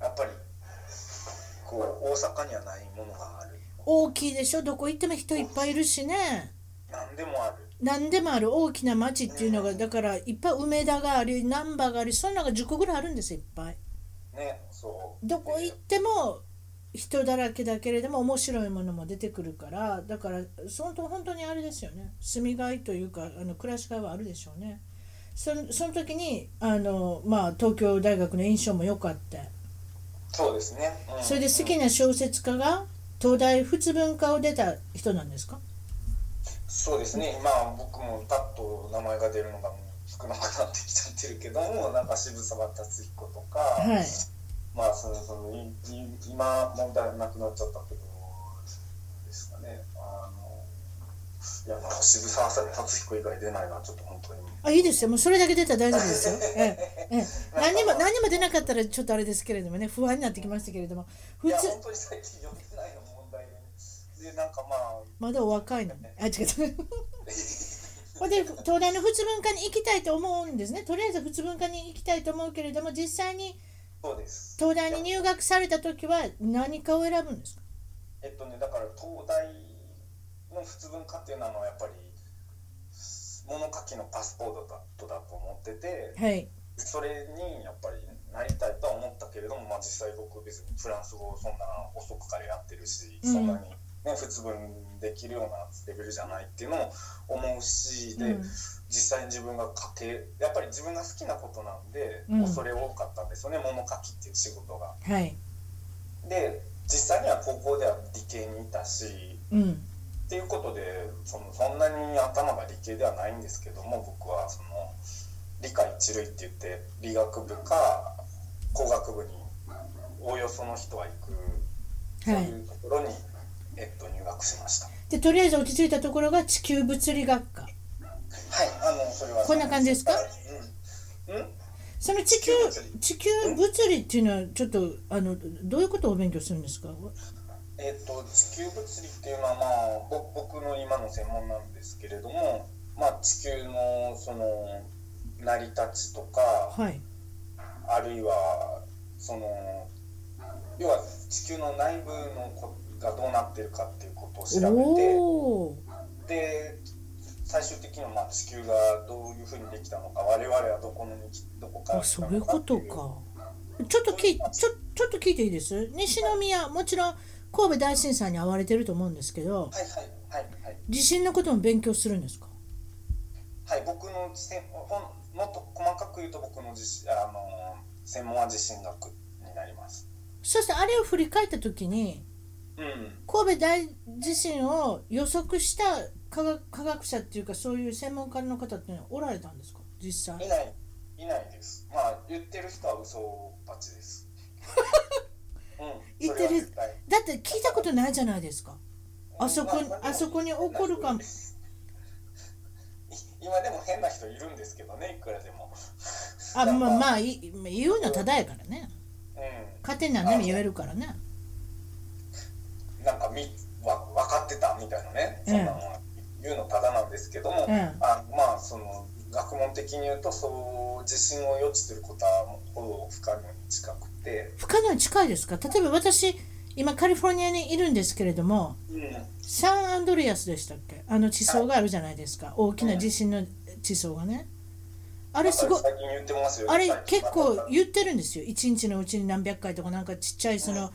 やっぱりこう大阪にはないものがある大きいでしょどこ行っても人いっぱいいるしね何でもある何でもある大きな町っていうのがだからいっぱい梅田があり難波がありそんなのが10個ぐらいあるんですよいっぱいねそうどこ行っても人だらけだけれども面白いものも出てくるからだからその本当にあれですよね住みがいというかあの暮らしがいはあるでしょうねそのその時にあの、まあ、東京大学の印象も良かったそうですね、うんそれで好きな小説家が東大仏文科を出た人なんですかそうですね今僕もパッと名前が出るのがもう少なくなってきちゃってるけどもなんか渋沢達彦とか、はいまあそのそのいい今問題なくなっちゃったけどですかねあのいやまあ渋沢達彦以外出ないのはちょっと本当にあいいですよもうそれだけ出たら大丈夫ですよ、ええええ、何にも何にも出なかったらちょっとあれですけれどもね不安になってきましたけれどもい普や通本当に最近読めないの問題ででなんかまあまだお若いのね。あ、違う。 ほんで東大の仏文科に行きたいと思うんですね。とりあえず仏文科に行きたいと思うけれども、実際にそうです東大に入学された時は何かを選ぶんですか。えっとねだから東大の仏文化っていうのはやっぱり物書きのパスポートだとだと思っててはい。それにやっぱりなりたいとは思ったけれども、まあ、実際僕別にフランス語をそんな遅くからやってるし、うんそんなに、ね、節分できるようなレベルじゃないっていうのも思うしで、実際に自分が家庭やっぱり自分が好きなことなんで、うんもうそれ多かったんですよね物書きっていう仕事が。はい。で実際には高校では理系にいたしうん。っていうことでそのそんなに頭が理系ではないんですけども僕はその理科一類って言って理学部か工学部におおよその人は行く、そうはいい。うところに、えっと、入学しましたはいで、とりあえず落ち着いたところが地球物理学科。あのそれはこんな感じですかうん、うんその地球地球物理っていうのはちょっとあのどういうことを勉強するんですか。えっと地球物理っていうのは、まあ、ぼ僕の今の専門なんですけれども、まあ、地球のその成り立ちとか、はい。あるいはその要は地球の内部のこがどうなってるかっていうことを調べおお。てで最終的にはまあ地球がどういうふうにできたのか我々はどこのにどこからあ、来そたういうのかこってというか。ちょっときちょちょっと聞いていいです。西宮もちろん神戸大震災に遭われてると思うんですけど、はいはいはいはい地震のことも勉強するんですか。はい、僕の専ほんもっと細かく言うと僕の自信あの専門は地震学になります。そしてあれを振り返ったときにうん、神戸大地震を予測した科学科学者っていうかそういう専門家の方っていうのはおられたんですか実い際。ないいないです。まあ言ってる人は嘘っぱ ちです。うん、言そってれはる絶対だって聞いたことないじゃないですか。あそこにまでもあそこに起こるかもい 今でも変な人いるんですけどねいくらでもあまあまああい言うのはただやからねう勝手に何でも言えるからねんなんかみわ分かってたみたいなねそんなのは言うのただなんですけども、うんあまあその学問的に言うとそう地震を予知することはもうほぼ不可能に近くて、不可能に近いですか例えば私今カリフォルニアにいるんですけれどもうん、サンアンドレアスでしたっけあの地層があるじゃないですか大きな地震の地層がねああれすごい最近言ってますよあれ最近結構言ってるんですよ一日のうちに何百回とかなんかちっちゃいその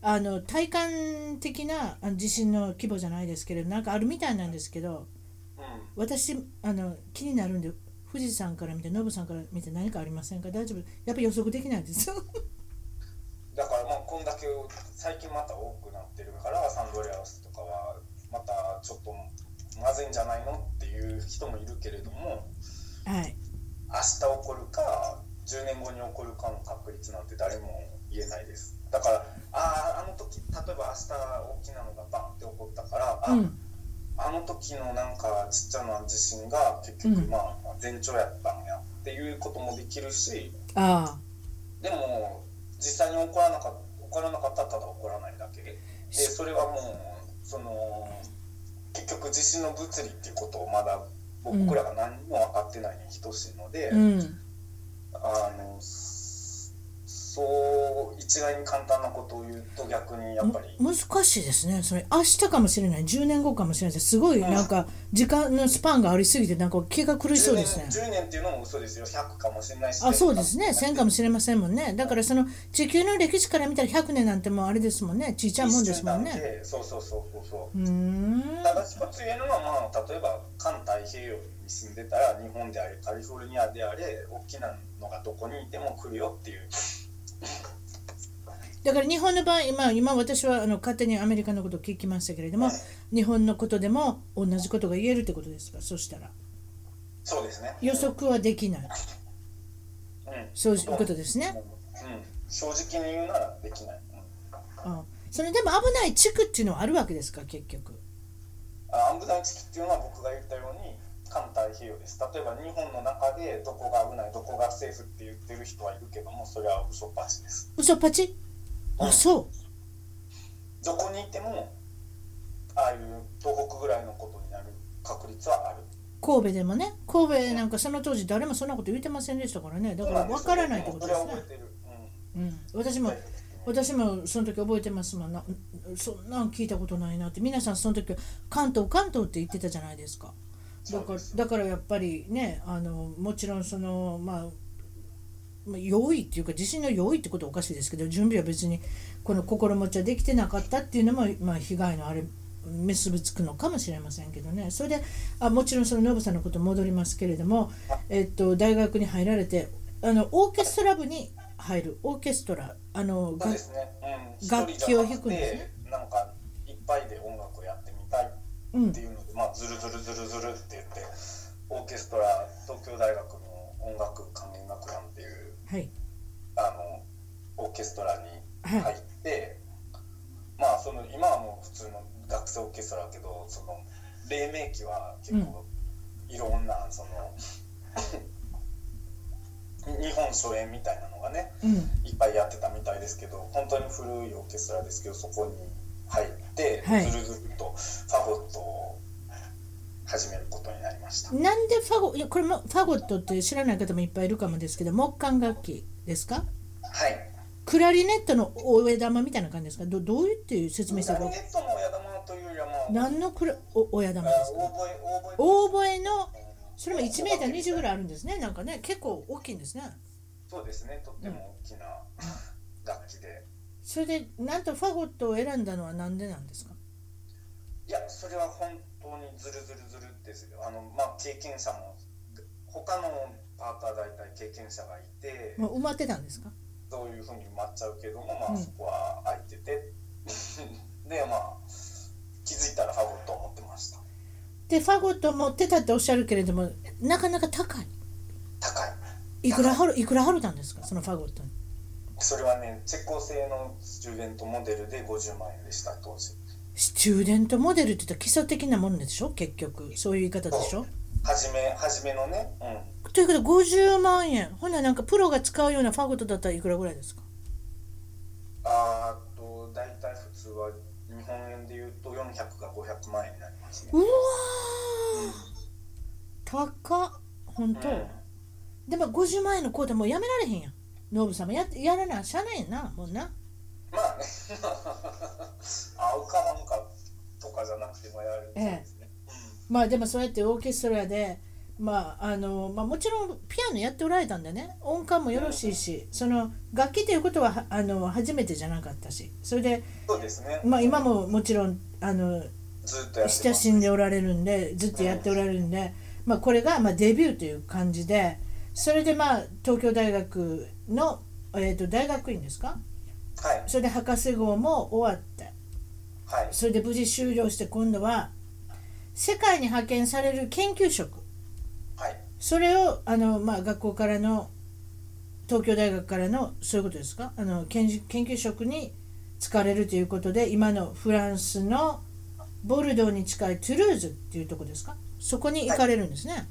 あの体感的なあの地震の規模じゃないですけれどなんかあるみたいなんですけどうん私あの気になるんで富士山から見てノブさんから見て何かありませんか大丈夫やっぱ予測できないです だからまあこんだけ最近また多くなってるからサンドレアスとかはまたちょっとまずいんじゃないのっていう人もいるけれどもはい明日起こるか10年後に起こるかの確率なんて誰も言えないですだからあああの時例えば明日大きなのがバンって起こったから、あうんあの時のなんかちっちゃな地震が結う局んまあ前兆やったんやっていうこともできるしああでも実際に起こらなかった起こらなかったらただ起こらないだけでそれはもうその結局地震の物理っていうことをまだ僕らが何も分かってないに等しいので、うんあのそそう一概に簡単なことを言うと逆にやっぱり、む難しいですねそれ明日かもしれない10年後かもしれないですごいなんか時間のスパンがありすぎてなんか気が狂いそうですね10年10年っていうのも嘘ですよ100かもしれないしあそうですね1000かもししれませんもんねだからその地球の歴史から見たら100年なんてもうあれですもんねちいちゃいもんですもんねそうそうそうそうそううーんただ一つ言えるのは、まあ、例えば環太平洋に住んでたら日本であれカリフォルニアであれ大きなのがどこにいても来るよっていうだから日本の場合、まあ、今私はあの勝手にアメリカのことを聞きましたけれども日本のことでも同じことが言えるってことですかそしたらそうですね予測はできないうんそういうことですねうん、正直に言うならできない、うんあそれでも危ない地区っていうのはあるわけですか結局あアンブダイ地区っていうのは僕が言ったように環太平洋です例えば日本の中でどこが危ないどこがセーフって言ってる人はいるけどもそれは嘘っぱちです嘘っぱちあそどこにいてもああいう東北ぐらいのことになる確率はあるう神戸でもね神戸なんかその当時誰もそんなこと言ってませんでしたからねだから分からないってことですそれはね覚、えてる、うんうん、私も私もその時覚えてますもんなそんなん聞いたことないなって皆さんその時は関東関東って言ってたじゃないですかだそうかでらすだからやっぱりねあのもちろんそのまあまあ用意っていうか自信の用意ってことはおかしいですけど準備は別にこの心持ちはできてなかったっていうのも、まあ、被害のあれ結びつくのかもしれませんけどねそれであもちろんそのノブさんのこと戻りますけれども、えっと、大学に入られてあのオーケストラ部に入るオーケストラあのそうがですね、うん、楽一人じゃな楽器を弾くてくんですなんかいっぱいで音楽をやってみたいっていうので、まあズルズルズルズルって言ってオーケストラ東京大学の音楽関連学団っていうはいあのオーケストラにはい入って、まあその今はもう普通の学生オーケストラだけどその黎明期は結構いろんなその、 日本初演みたいなのがねうんいっぱいやってたみたいですけど本当に古いオーケストラですけどそこに入ってはいずるずるとファゴットを始めることになりました。なんでファゴいやこれもファゴットって知らない方もいっぱいいるかもですけど木管楽器ですかはいクラリネットのお枝玉みたいな感じですかどどういうっていう説明したダらネットの親玉というよりはまあ何のクラお親玉です大か声大声大声のそれも1メーター20ぐらいあるんですねなんかね結構大きいんですねそうですねとっても大きな楽器でそれでなんとファゴットを選んだのはなんでなんですかいやそれは本当にズルズルズルですよあのまあ経験者も他のパートは大体経験者がいてもう埋まってたんですかそういうふうに埋まっちゃうけどもまうあんそこは空いてて でまあ気づいたらファゴットを持ってましたでファゴットを持ってたっておっしゃるけれどもなかなか高い高いいくらはるいくらはるたんですかそのファゴットにそれはねチェコ製のスチューデントモデルで50万円でした当時スチューデントモデルって言ったら基礎的なものでしょ結局そういう言い方でしょ初め初めのねうんということで50万円ほんならなんかプロが使うようなファゴットだったらいくらぐらいですかあーっと大体普通は日本円で言うと400が500万円になりますねうわー高っ本当、うんでも50万円のコートもうやめられへんやんノブさんもややらなしゃあないやんなもうなまあね 合うか合うかとかじゃなくてもやるんですね、まあでもそうやってオーケストラでまああのまあ、もちろんピアノやっておられたんでね音感もよろしいしその楽器ということははあの初めてじゃなかったしそれで、そうですねまあ、今ももちろんあのずっとやって親しますんでおられるんでずっとやっておられるんで、まあ、これがまあデビューという感じでそれでまあ東京大学の、えー、と大学院ですかはいそれで博士号も終わってはいそれで無事終了して今度は世界に派遣される研究職はいそれをあの、まあ、学校からの東京大学からのそういうことですかあの研究研究職に就かれるということで今のフランスのボルドーに近いトゥルーズっていうとこですかそこに行かれるんですね、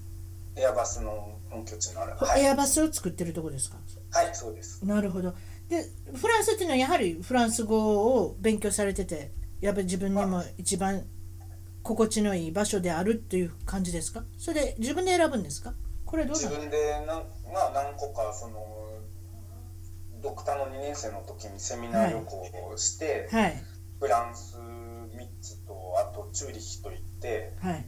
エアバスの本拠地のあるはいエアバスを作ってるとこですかはいそうですなるほどでフランスっていうのはやはりフランス語を勉強されててやっぱり自分にも一番心地のいい場所であるっていう感じですかそれで自分で選ぶんですかこれどう自なの分で何,、まあ、何個かそのドクターの2年生の時にセミナー旅行をして、はいフランス3つとあとチューリヒと行ってはい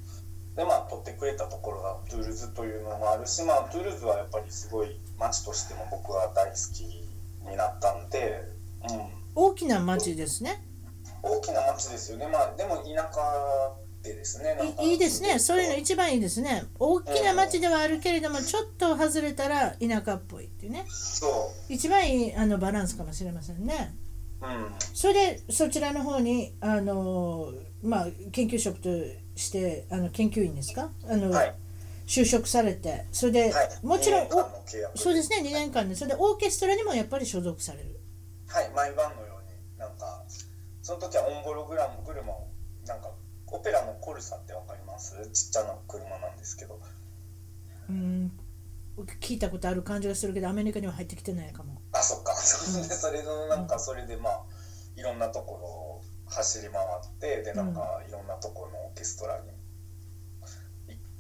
でまあ取ってくれたところがトゥールズというのもあるしまあトゥールズはやっぱりすごい街としても僕は大好きになったんで、うん、大きな町ですね大きな街ですよねまあでも田舎でですねなんかいいいですねそういうの一番いいですね大きな町ではあるけれどもちょっと外れたら田舎っぽいっていうねそ一番いいあのバランスかもしれませんねううんそれでそちらの方にあのまあ研究職としてあの研究員ですかあの、はい就職されてそれで、はいもちろん二年間おの契約そうですね2年間でそれでオーケストラにもやっぱり所属されるはい、毎晩のようになんかその時はオンボログラム車をなんかオペラのコルサってわかりますちっちゃな車なんですけどうん聞いたことある感じがするけどアメリカには入ってきてないかもあそっかそれでそれのなんかそれでまあいろんなところを走り回ってでなんかいろんなところのオーケストラにい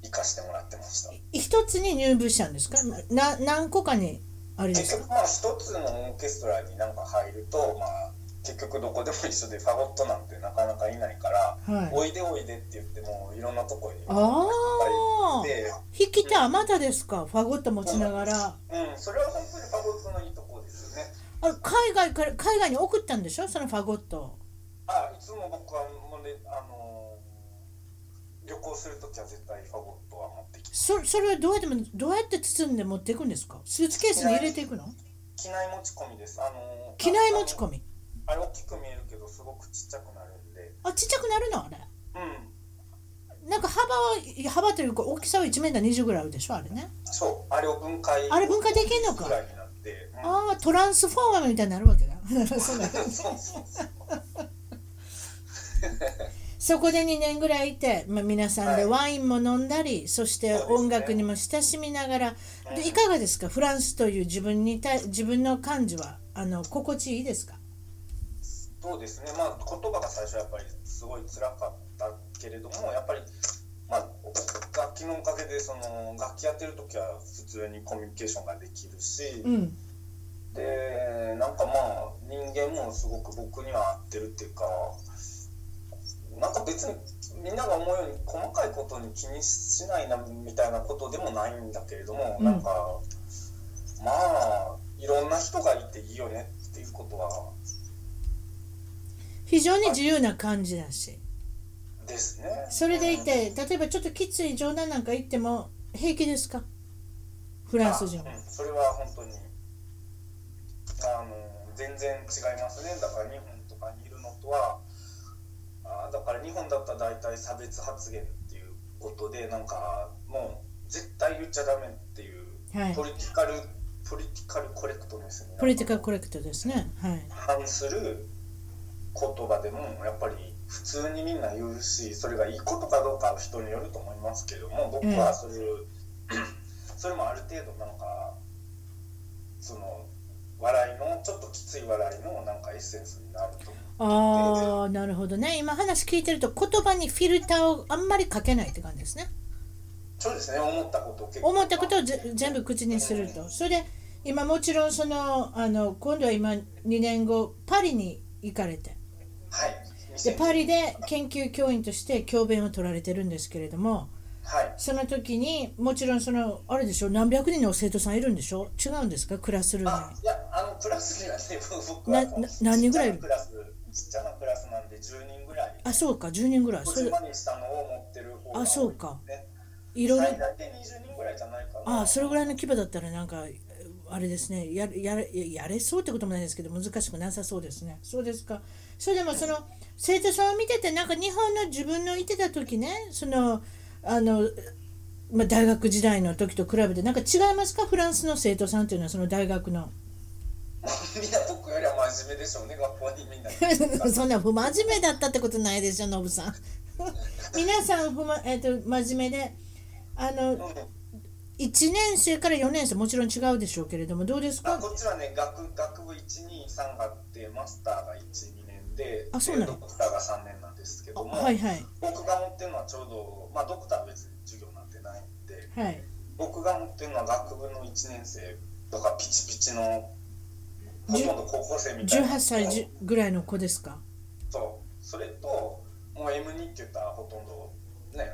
行かしてもらってました一つに入部したんですかな何個かにあれで結すか局まあ一つのオーケストラになんか入るとまあ結局どこでも一緒でファゴットなんてなかなかいないから「はい。おいでおいで」って言ってもいろんなとこにああ行っ。て引き手あまたですかファゴット持ちながら。うんそれは本当にファゴットのいいとこですよねあ海外から、海外に送ったんでしょそのファゴット。あいつも僕はもうねあのー旅行するときは絶対ファゴットは持ってきてそそれはどうやっても、どうやって包んで持っていくんですかスーツケースに入れていくの機内持ち込みですあのー機内持ち込みみ。あれ大きく見えるけどすごくちっちゃくなるんであ、ちっちゃくなるのあれ。うんなんか幅は、幅というか大きさは1メーター20ぐらいあるでしょあれね。そうあれを分解あれ分解できんのかぐらいになって、うんああ、トランスフォーマーみたいになるわけだ。 そうだそうそうそうそこで2年ぐらいいて、まあ、皆さんでワインも飲んだり、そして音楽にも親しみながら、うんでいかがですかフランスという自分に対自分の感じはあの心地いいですかそうですねまあ言葉が最初やっぱりすごい辛かったけれどもやっぱりまあ楽器のおかげでその楽器やってる時は普通にコミュニケーションができるし、うんでなんかまあ人間もすごく僕には合ってるっていうかなんか別にみんなが思うように細かいことに気にしないなみたいなことでもないんだけれども、うんなんかまあいろんな人がいていいよねっていうことは非常に自由な感じだしですね。それでいて例えばちょっときつい冗談なんか言っても平気ですかフランス人はあうんそれは本当にあの全然違いますねだから日本とかにいるのとはあだから日本だったら大体差別発言っていうことでなんかもう絶対言っちゃダメっていう、はいポリティカルポリティカルコレクトネスにポリティカルコレクトですねはい反する言葉でもやっぱり普通にみんな言うしそれがいいことかどうかは人によると思いますけども僕はそれ,、 それもある程度なんかその笑いのちょっときつい笑いのなんかエッセンスになるとあ思あなるほどね今話聞いてると言葉にフィルターをあんまりかけないって感じですねうそうですね思ったことを結構思ったことをぜ全部口にするとそれで今もちろんそのあの今度は今2年後パリに行かれてはいでパリでで研究教員として教鞭を取られてるんですけれどもはいその時にもちろんそのあれでしょ何百人の生徒さんいるんでしょ違うんですかクラスルーあムにいやあのクラスにはね 僕はなな何人ぐらいいちっるちゃなクラスちっちゃなクラスなんで10人ぐらいあそうか10人ぐらいそれ50万人下のを持ってる方が多いあそうかですねいろいろ最大で20人ぐらいじゃないかな。ああそれぐらいの規模だったらなんかえあれですねやれやれやれそうってこともないですけど難しくなさそうですねそうですかそれでもその生徒さんを見ててなんか日本の自分のいてた時ねそのあの、まあ、大学時代の時と比べてなんか違いますかフランスの生徒さんというのはその大学のみんな僕よりは真面目でしょうね、学校にみんな。 そんな不真面目だったってことないでしょノブさん 皆さん不、まえっと真面目であのうん1年生から4年生もちろん違うでしょうけれどもどうですあかこっちはね、学学部123があって、マスターが1、2年で、あそうなのでドクターが3年なんですけあども、はいはい僕が持ってるのはちょうど、まあ、ドクターは別に授業なんてないんで、はい。僕が持ってるのは学部の1年生とか、ピチピチの、ほとんど高校生みたいな。 18歳じゅぐらいの子ですか。そうそれともう M2 って言ったらほとんどね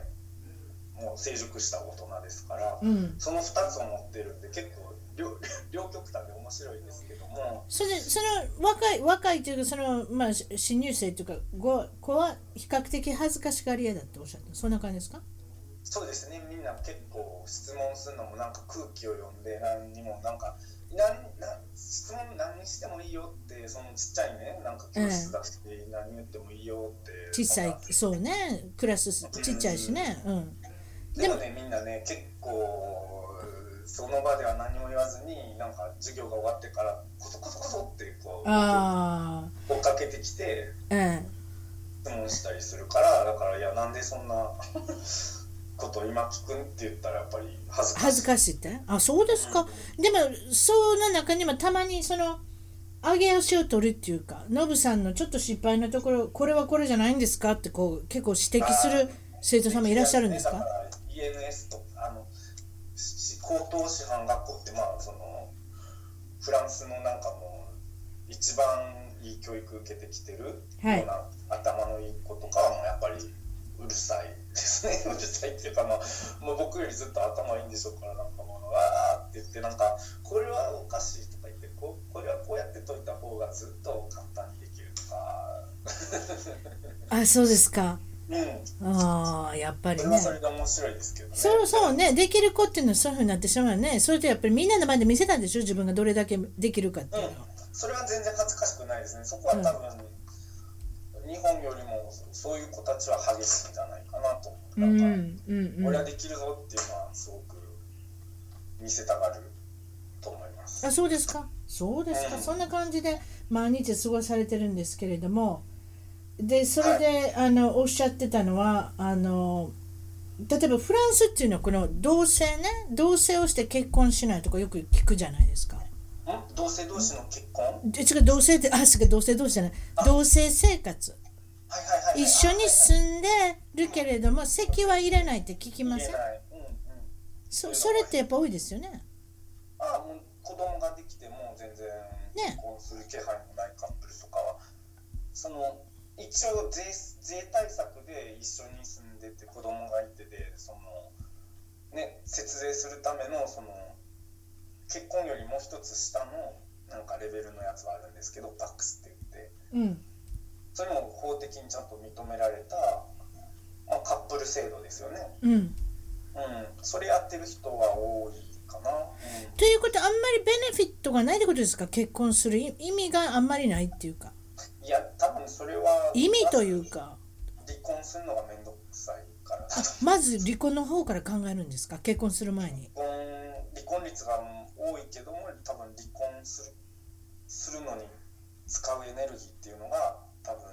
もう成熟した大人ですから、うん。その2つを持ってるんで結構両 両極端で面白いですけどもそれでその若い若いというかそのまあし新入生というかご子は比較的恥ずかしがり屋だっておっしゃったそんな感じですか。そうですねみんな結構質問するのもなんか空気を読んで何にもなんかなんなん質問何にしてもいいよってそのちっちゃいねなんか教室だし、何言ってもいいよって小さなんいかそうねクラスちっちゃいしね。うん。でもねみんなね結構その場では何も言わずになんか授業が終わってからコソコソコソってこうああ追っかけてきてええ。質問したりするからだからいやなんでそんな こと今聞くんって言ったらやっぱり恥ずかしい恥ずかしいってあそうですかでもその中にもたまにその上げ足を取るっていうかノブさんのちょっと失敗のところこれはこれじゃないんですかってこう結構指摘する生徒さんもいらっしゃるんですだかから ENS とあのし高等師範学校ってまあそのフランスのなんかもう一番いい教育受けてきてるようはいな頭のいい子とかはもうやっぱりうるさいですね うるさいっていうかまあもう僕よりずっと頭いいんでしょうからなんかもうわーって言ってなんかこれはおかしいとか言ってこうこれはこうやって解いた方がずっと簡単にできるとかあそうですかうんああやっぱりそれねはそれで面白いですけどねそうそうねできる子っていうのはそういうふうになってしまうよねそれとやっぱりみんなの前で見せたんでしょ自分がどれだけできるかっていうのはそれは全然恥ずかしくないですね。そこは多分、日本よりもそういう子たちは激しいんじゃないかなと思う。うなんんか、うんう俺んはできるぞっていうのはすごく見せたがると思います。あそうですかそうですか、うんそんな感じで毎日過ごされてるんですけれどもでそれで、あのおっしゃってたのはあの例えばフランスっていうのはこの同性ね同性をして結婚しないとかよく聞くじゃないですか。ん同性同士の結婚はいで違う同性ってあ違う同性同士じゃない同性生活はいはいはい。一緒に住んでるけれども籍は入れないって聞きま言せえんない。うんうん。そそれってやっぱ多いですよねあもう子供ができても全然ね結婚する気配もないカップルとかは、その一応税税対策で一緒に住んでて子供がいてでそのね節税するためのその結婚よりもう一つ下のなんかレベルのやつはあるんですけどパックスって言ってうんそれも法的にちゃんと認められた、まあ、カップル制度ですよねうんうんそれやってる人は多いかな、うんということはあんまりベネフィットがないってことですか結婚する意意味があんまりないっていうかいや、多分それは意味というか離婚するのが面倒くさいからだあとまず離婚の方から考えるんですか結婚する前に離婚離婚率が多いけども多分離婚するするのに使うエネルギーっていうのが多分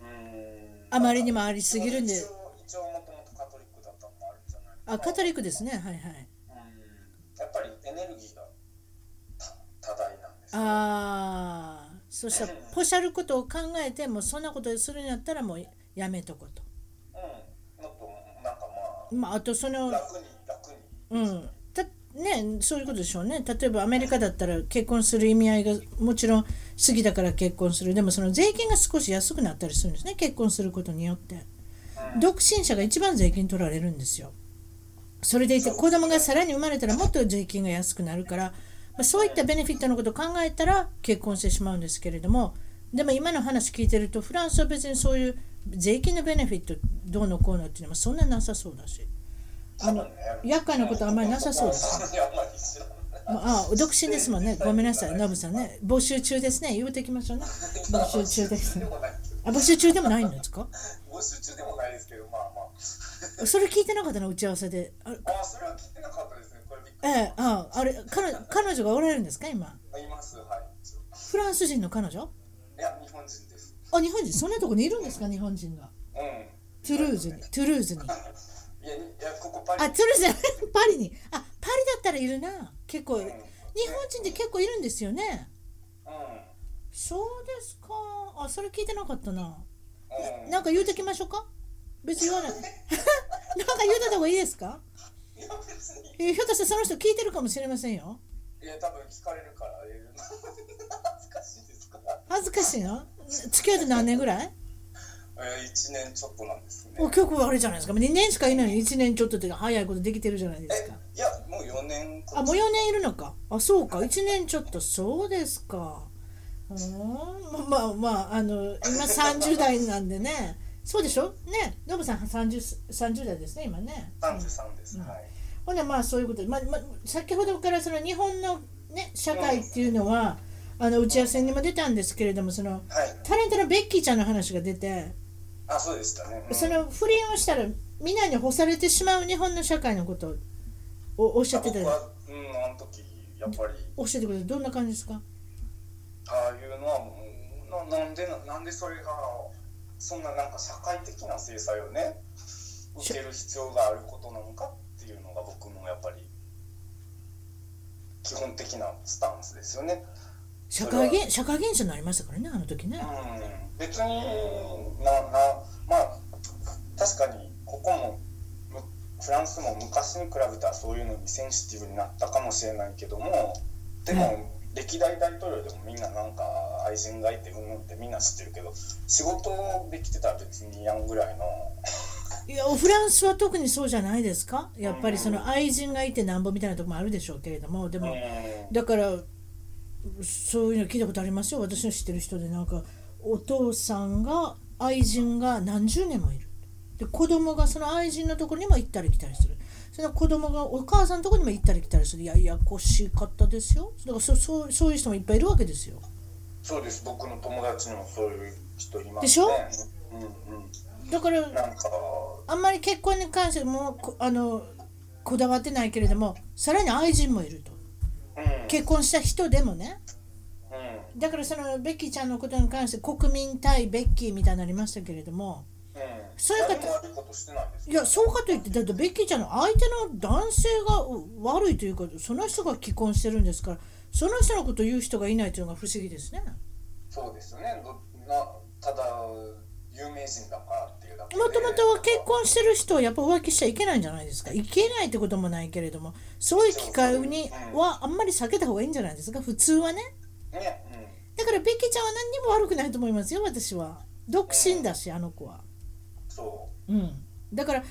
うーんあまりにもありすぎるんで一応一応もともとカトリックだったのもあるんじゃないかなあカトリックですねはいはいうんやっぱりエネルギーがた多大なんですよああそしたらポシャることを考えてもうそんなことするんやったらもうやめとことうんもっとなんかままああとそのあ楽に楽にうんたね、そういうことでしょうね例えばアメリカだったら結婚する意味合いがもちろん好きだから結婚するでもその税金が少し安くなったりするんですね結婚することによってうん独身者が一番税金取られるんですよそれでいて子供がさらに生まれたらもっと税金が安くなるから、まあ、そういったベネフィットのことを考えたら結婚してしまうんですけれどもでも今の話聞いてるとフランスは別にそういう税金のベネフィットどうのこうのっていうのもそんななさそうだしあの厄介なことあんまりなさそうですね。あんまり知らないまあ、あ独身ですもんね。ごめんなさい、ノブさんね。募集中ですね。言うてきましょうね。募集中ですでもないけどあ、募集中でもないんですか募集中でもないですけど、まあまあ。それ聞いてなかったな、打ち合わせで。ああ、それは聞いてなかったですね。これびっくえり。え、あ、あれ、彼女彼女がおられるんですか、今。います。はい。一応フランス人の彼女いや、日本人です。あ、日本人、そんなとこにいるんですか、日本人が。うん。 トゥルーズに、トゥルーズに。あ、いや、いや、ここパトゥリ。ルーズじゃない、パリに。あ、パリだったらいるな。結構、日うん本人って結構いるんですよね。うそうですか。あ、それ聞いてなかったな。ん。うん。なんか言うてきましょうか別に言わない。なんか言うてた方がいいですかいや、別に。えーひょっとしてその人聞いてるかもしれませんよ。いや、多分聞かれる から、えー恥ずかしいですから。恥ずかしいな。付き合って何年ぐらいえー、一年ちょっとなんですね。お局はあれじゃないですか。2年しかいないのに1年ちょっとって早いことできてるじゃないですか。え、いや、もう四年こっち。あ、もう4年いるのか。あ、そうか。1年ちょっと、そうですか。うーん。まあまあ、あの、今30代なんでね。そうでしょね。ノブさん30す、30代ですね、今ね。三十三です。はい。ほんでまあそういうことで、まあまあ、先ほどからその日本の、ね、社会っていうのは、あの打ち合わせにも出たんですけれどもそのはい。タレントのベッキーちゃんの話が出てあ、そうでしたね。うんその不倫をしたら皆に干されてしまう日本の社会のことをおっしゃってた僕は、うん、あの時、やっぱり。おっしゃってくださいどんな感じですかああいうのはもうななんでななんでそれがそんななんか社会的な制裁をね受ける必要があることなのかっていうのが僕のやっぱり基本的なスタンスですよね。社会現社会現象になりましたからねあの時ねうん、別にななまあ確かにここもむフランスも昔に比べたらそういうのにセンシティブになったかもしれないけどもでも、歴代大統領でもみんななんか愛人がいてうんうんってみんな知ってるけど仕事できてたら別にやんぐらいのいやフランスは特にそうじゃないですかやっぱりその愛人がいてなんぼみたいなとこもあるでしょうけれどもでうもんだからそういうの聞いたことありますよ私の知ってる人でなんかお父さんが愛人が何十年もいるで子供がその愛人のところにも行ったり来たりするその子供がお母さんのところにも行ったり来たりするいやややこしかったですよだからそそうそういう人もいっぱいいるわけですよそうです僕の友達にもそういう人いますねでしょうんうんだからなんかあんまり結婚に関してもこあのこだわってないけれどもさらに愛人もいるとうん結婚した人でもねうんだからそのベッキーちゃんのことに関して国民対ベッキーみたいになりましたけれどもうんそういう方何も悪いことしてないですいやそうかといってだってベッキーちゃんの相手の男性がう悪いというかその人が既婚してるんですからその人のことを言う人がいないというのが不思議ですね。そうですねどなただ有名人だからっていうだけでもともとは結婚してる人はやっぱ浮気しちゃいけないんじゃないですかいけないってこともないけれどもそういう機会にはあんまり避けた方がいいんじゃないですか普通はねねうんだからベッキーちゃんは何にも悪くないと思いますよ私は独身だしあの子はそうんだから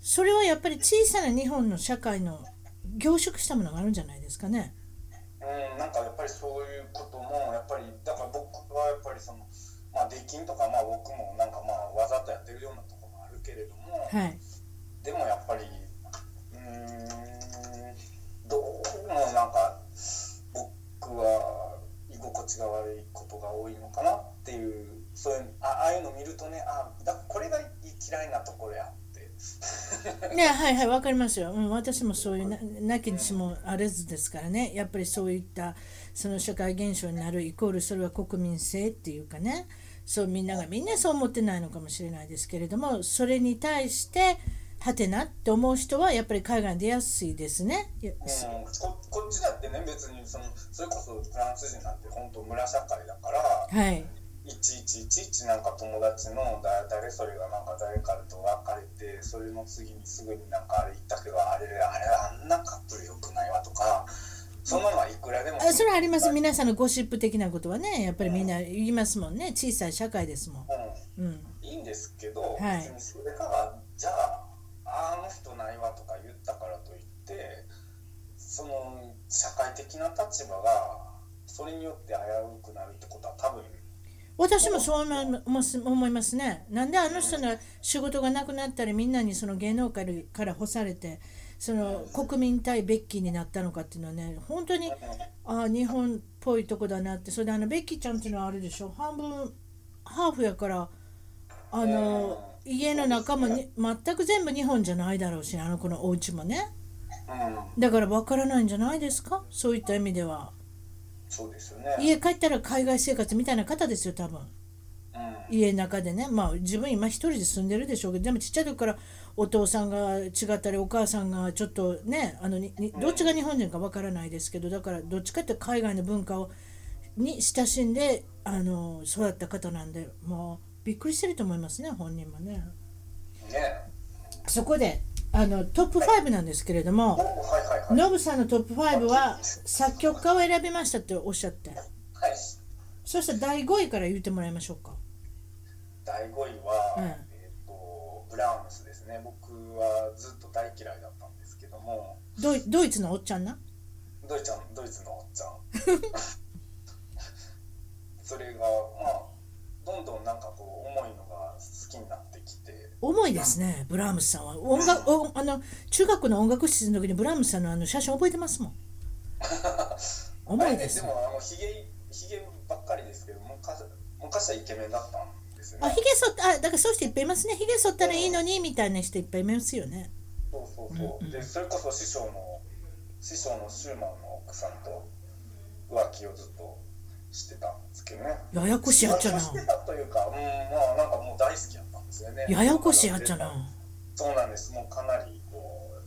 それはやっぱり小さな日本の社会の凝縮したものがあるんじゃないですかねう、うん、なんかやっぱりそういうこともやっぱりだから僕はやっぱりそのまあ出禁とかまあ僕もなんかまあわざとやってるようなところもあるけれども、はいでもやっぱりうーんどうもなんか僕は居心地が悪いことが多いのかなっていうそういうあああいうの見るとねあだこれが嫌いなところやってねはいはいわかりますよ、うん、私もそういうななきにしもあれずですからねやっぱりそういったその社会現象になるイコールそれは国民性っていうかねそうみんながみんなそう思ってないのかもしれないですけれどもそれに対してはてなって思う人はやっぱり海外に出やすいですね。いやすうん、ここっちだってね別にそのそれこそフランス人なんて本当村社会だからはいいちいちいちいちなんか友達のだ誰それがなんか誰かと別れてそれの次にすぐになんかあれ言ったけどあれあれあんなカップル良くないわとかそんなのはいくらでもあそれはあります皆さんのゴシップ的なことはねやっぱりみんな言いますもんね小さい社会ですもん。ううんん、いいんですけど、はい別にそれがじゃああの人ないわとか言ったからといってその社会的な立場がそれによって危うくなるってことは多分私もそう思います思いますね。なんであの人の仕事がなくなったりみんなにその芸能界から干されてその国民対ベッキーになったのかっていうのはね本当にあー日本っぽいとこだなってそれであのベッキーちゃんっていうのはあれでしょ半分ハーフやからあの家の中もに全く全部日本じゃないだろうしあの子のお家もねうん、だからわからないんじゃないですかそういった意味ではそうですよね。家帰ったら海外生活みたいな方ですよ多分。うん家の中でねまあ自分今一人で住んでるでしょうけどでもちっちゃい時からお父さんが違ったりお母さんがちょっとねあのににどっちが日本人かわからないですけどだからどっちかって海外の文化をに親しんであの育った方なんでもうびっくりしてると思いますね本人もね。ねそこであのトップ5なんですけれどおもはいはいはい。ノブさんのトップ5は作曲家を選びましたっておっしゃってはい。そして第5位から言ってもらいましょうか。第5位は、うんえっ、とブラームスですね。僕はずっと大嫌いだったんですけども、ドイドイツのおっちゃんなドイちゃんドイツのおっちゃん。 それがまあどんどんなんかこう重いのが好きになってきて、重いですねブラームスさんは音 楽おあの中学の音楽室の時にブラームスさんのあの写真覚えてますも ん重いですあねれねでもあのひげひげばっかりですけど、昔昔はイケメンだったんですよあねひ。げ剃ったあだからそうしていっぱいいますねひげ剃ったらいいのにみたいな人いっぱいいますよねそうそううそう、んうんでそれこそ師匠の師匠のシューマンの奥さんと浮気をずっとしてたんですけどねややこしいやっちゃ浮な気をしてたというかうんまあなんかもう大好きだったんですよねややこしいやっちゃなそうなんですもうかなりこう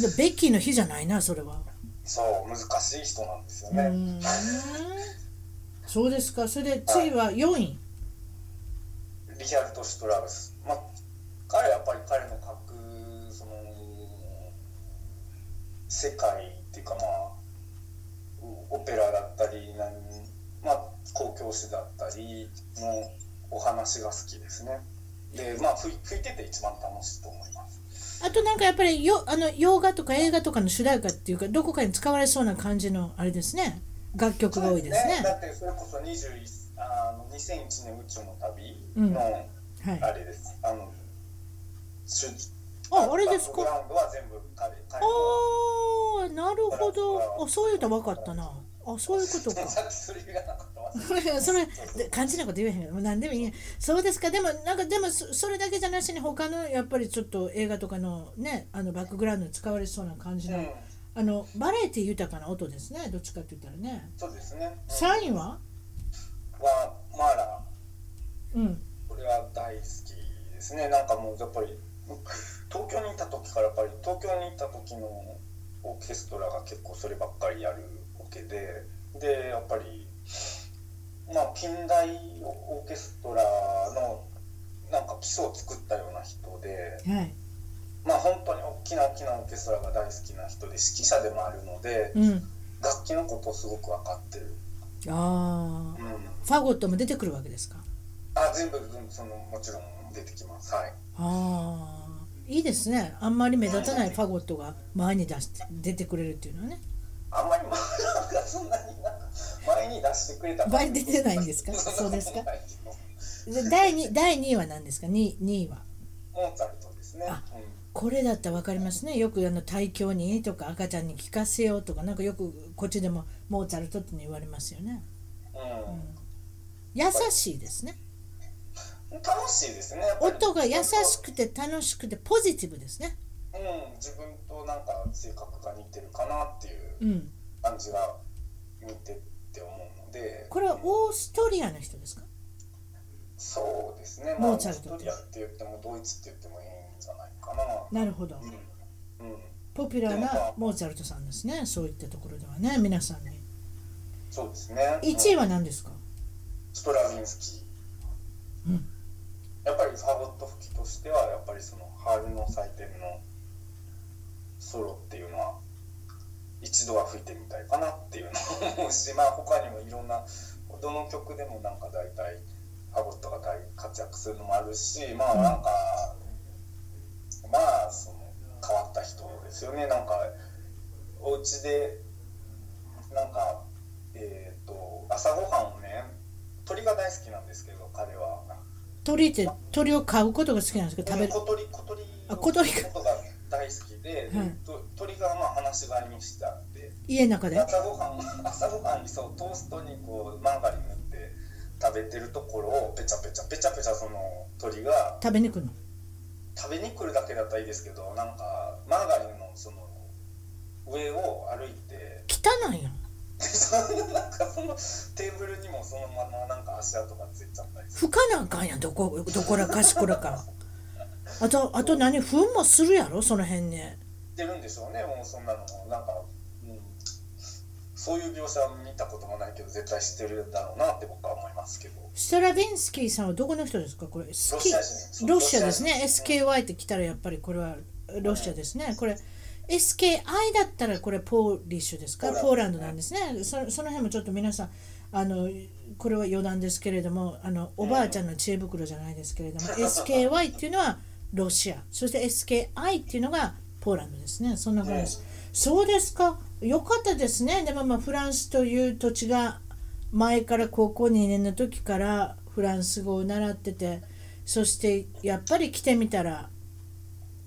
でベッキーの日じゃないなそれはそう難しい人なんですようね、ーんそうですかそれで次は4位リヒャルト・シュトラウス、まあ、彼はやっぱり彼の書くその世界っていうかまあオペラだったり何、まあ、公共施だったりのお話が好きですねでまあ吹吹いてて一番楽しいと思いますあとなんかやっぱりよあの洋画とか映画とかの主題歌っていうかどこかに使われそうな感じのあれですね楽曲が多いですね。だってそれこそ21あの2001年宇宙の旅のはい、あれです、あの主ああれですバックグかラウンドは全部彼彼のあーなるほどあそういうと分かったなあそういうことか。 さっきそれ言わなかったわそれそれで肝心なこと言えへんよもう何でもいいやそうですかでもなんかでもそそれだけじゃなしに他のやっぱりちょっと映画とかのねあのバックグラウンドに使われそうな感じの、うんあのバラエティ豊かな音ですねどっちかって言ったらねそうですね、うんサインははマーラうんこれは大好きですねなんかもうやっぱり東京にいた時からやっぱり東京にいた時のオーケストラが結構そればっかりやるわけででやっぱりまあ近代オーケストラのなんか基礎を作ったような人ではいまあ本当に大きな大きなオーケストラが大好きな人で指揮者でもあるのでうん楽器のことをすごく分かってる。ああうんファゴットも出てくるわけですかあ全部うんそのもちろん出てきますはいああいいですねあんまり目立たないファゴットが前に出して出てくれるっていうのはねあんまりまあなんかそんなになんか前に出してくれた前に出てないんですかそうですかないで第 2, 第2位は何ですか 2, 2位はモーツァルトですねあうんこれだったら分かりますねよくあの胎教にいいとか赤ちゃんに聞かせようとかなんかよくこっちでもモーツァルトって言われますよね、うん優しいですね楽しいですねやっぱり音が優しくて楽しくてポジティブですねうん自分となんか性格が似てるかなっていううん感じが見てって思うのでこれはオーストリアの人ですかそうですねまあモオーーツァルストトリアって言ってもドイツって言ってもいいんじゃないかななるほどうん、うん、ポピュラーなモーツァルトさんですねそういったところではね皆さんにそうですね1位はは何ですかストラヴィンスキーうんやっぱりファゴット吹きとしてはやっぱりその春の祭典のソロっていうのは一度は吹いてみたいかなっていうのを思うし まあ他にもいろんなどの曲でもなんか大体ファゴットが大活躍するのもあるしまあなんかまあその変わった人ですよねなんかお家でなんかえっ、と朝ごはんをね鳥が大好きなんですけど彼は。鳥って鳥を飼うことが好きなんですけど食べる小鳥小鳥あ小鳥かことが大好きで、はいと鳥がまあ放し飼いにしてあって家の中で朝ごはん朝ごはんにそうトーストにこうマーガリン塗って食べてるところをペチャペチャペチャペチャその鳥が食べに行くの食べに来るだけだったらいいですけどなんかマーガリンのその上を歩いて汚いやんそのなんかそのテーブルにもそのままなんか足跡がついちゃったりする拭かなあかんやんどこどこらかしこらかあとあと何糞もするやろその辺ねってるんでしょうねもうそんなのもなんか、うん、そういう描写は見たこともないけど絶対知ってるんだろうなって僕は思いますけどストラヴィンスキーさんはどこの人ですかこれスロキシーア人そうロシアですねロシア人 SKY って来たらやっぱりこれはロシアですねこれ SKI だったらこれポーリッシュですかポポーーラランンドドなんですねそその辺もちょっと皆さんあのこれは余談ですけれどもあのおばあちゃんの知恵袋じゃないですけれども SKY っていうのはロシアそして SKI っていうのがポーランドですねそんなことです、そうですかよかったですねでもまあフランスという土地が前から高校2年の時からフランス語を習っててそしてやっぱり来てみたら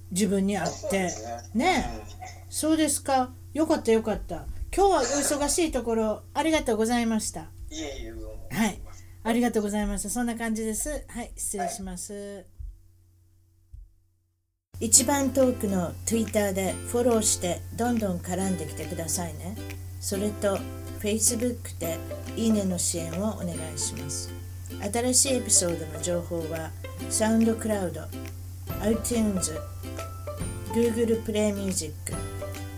自分に合っそうてですねえうんそうですかよかったよかった今日はお忙しいところありがとうございましたいえいえどうもはいありがとうございましたそんな感じですはい失礼します、一番トークの Twitter でフォローしてどんどん絡んできてくださいねそれと Facebook でいいねの支援をお願いします新しいエピソードの情報はサウンドクラウド iTunes Google プレイミュージック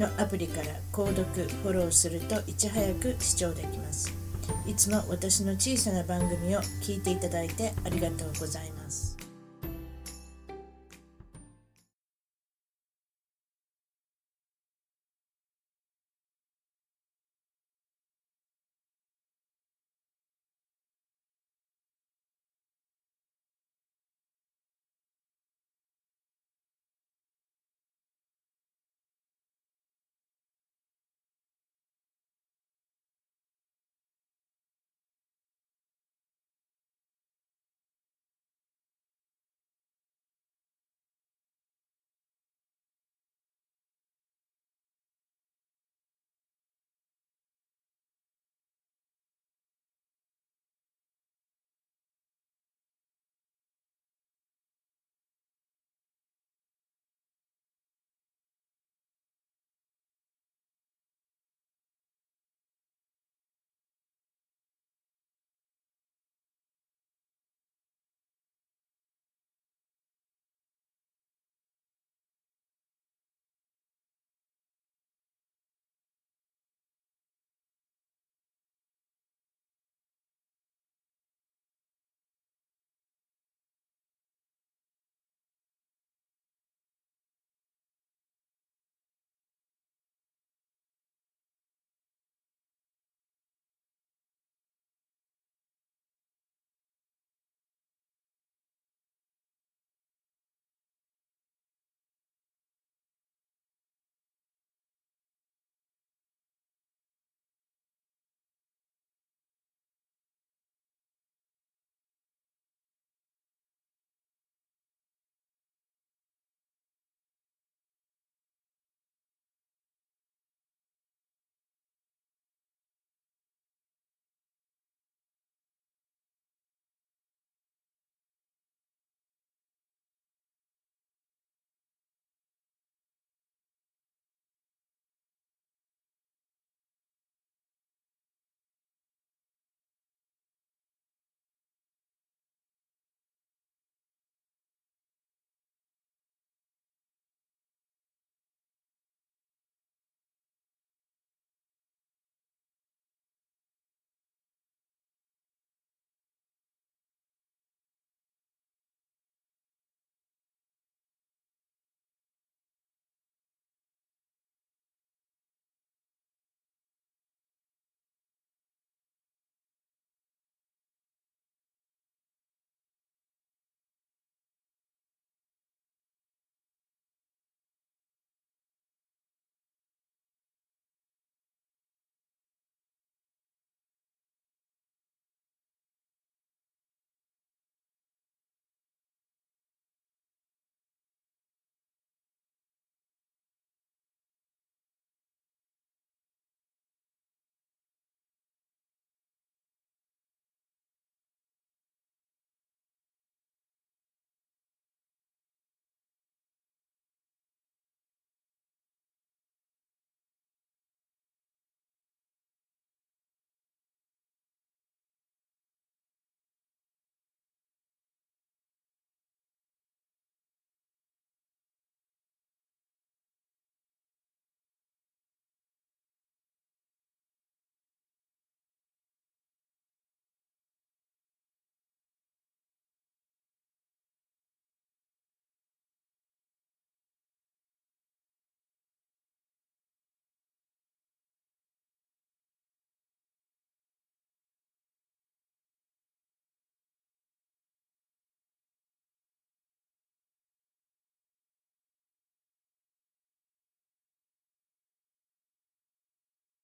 のアプリから購読フォローするといち早く視聴できますいつも私の小さな番組を聞いていただいてありがとうございます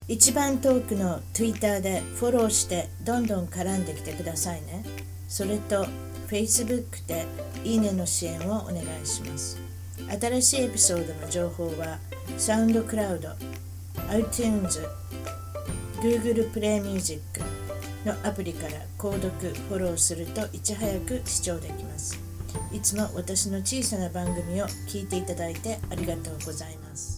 一番トークの Twitter でフォローしてどんどん絡んできてくださいねそれと Facebook でいいねの支援をお願いします新しいエピソードの情報はサウンドクラウド iTunes Google プレイミュージックのアプリから購読フォローするといち早く視聴できますいつも私の小さな番組を聞いていただいてありがとうございます